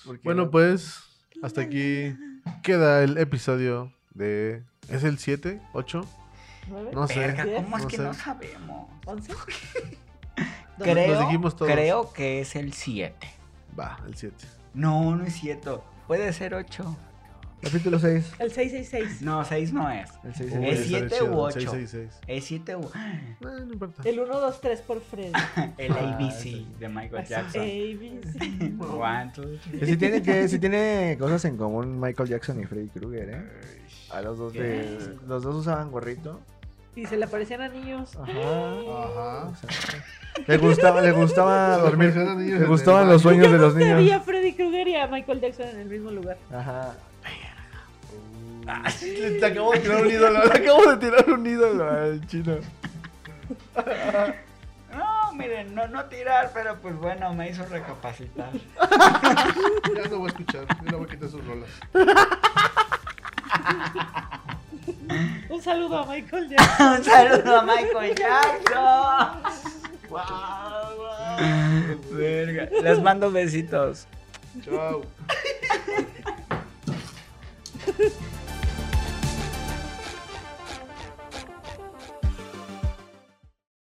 Porque- Bueno, pues hasta aquí queda el episodio de. ¿Es el 7? ¿8? ¿Nueve? No sé. Verga, ¿cómo es no que sé. no sabemos? ¿Once? ¿Dónde? Creo, dijimos todos. creo que es el 7. Va, el 7. No, no es cierto. Puede ser 8. Capítulo 6. El 666. No, 6 no es. El Uy, 666. Es estaría siete chido, u ocho. 666. Es 7 u... Eh, no importa. El 1, 2, 3 por Freddy. El Ah, ABC de Michael Pues Jackson. ABC. One, two, three. Que sí tiene, que, sí tiene cosas en común Michael Jackson y Freddy Krueger, ¿eh? A los dos de, ¿Qué? los dos usaban gorrito. Y se le aparecían a niños. Ajá. Ajá. Le gustaba, le gustaba dormir. Le gustaban los sueños de los Te vi a niños. Freddy Krueger y a Michael Jackson en el mismo lugar. Ajá. Ah, Te acabo de crear un ídolo. Acabo de tirar un ídolo al chino. No, miren, no, no tirar, pero pues bueno, me hizo recapacitar. Ya no voy a escuchar. Ya no voy a quitar sus rolas. Un saludo a Michael Jackson. Un saludo a Michael Jackson. Verga. Les mando besitos. Chao.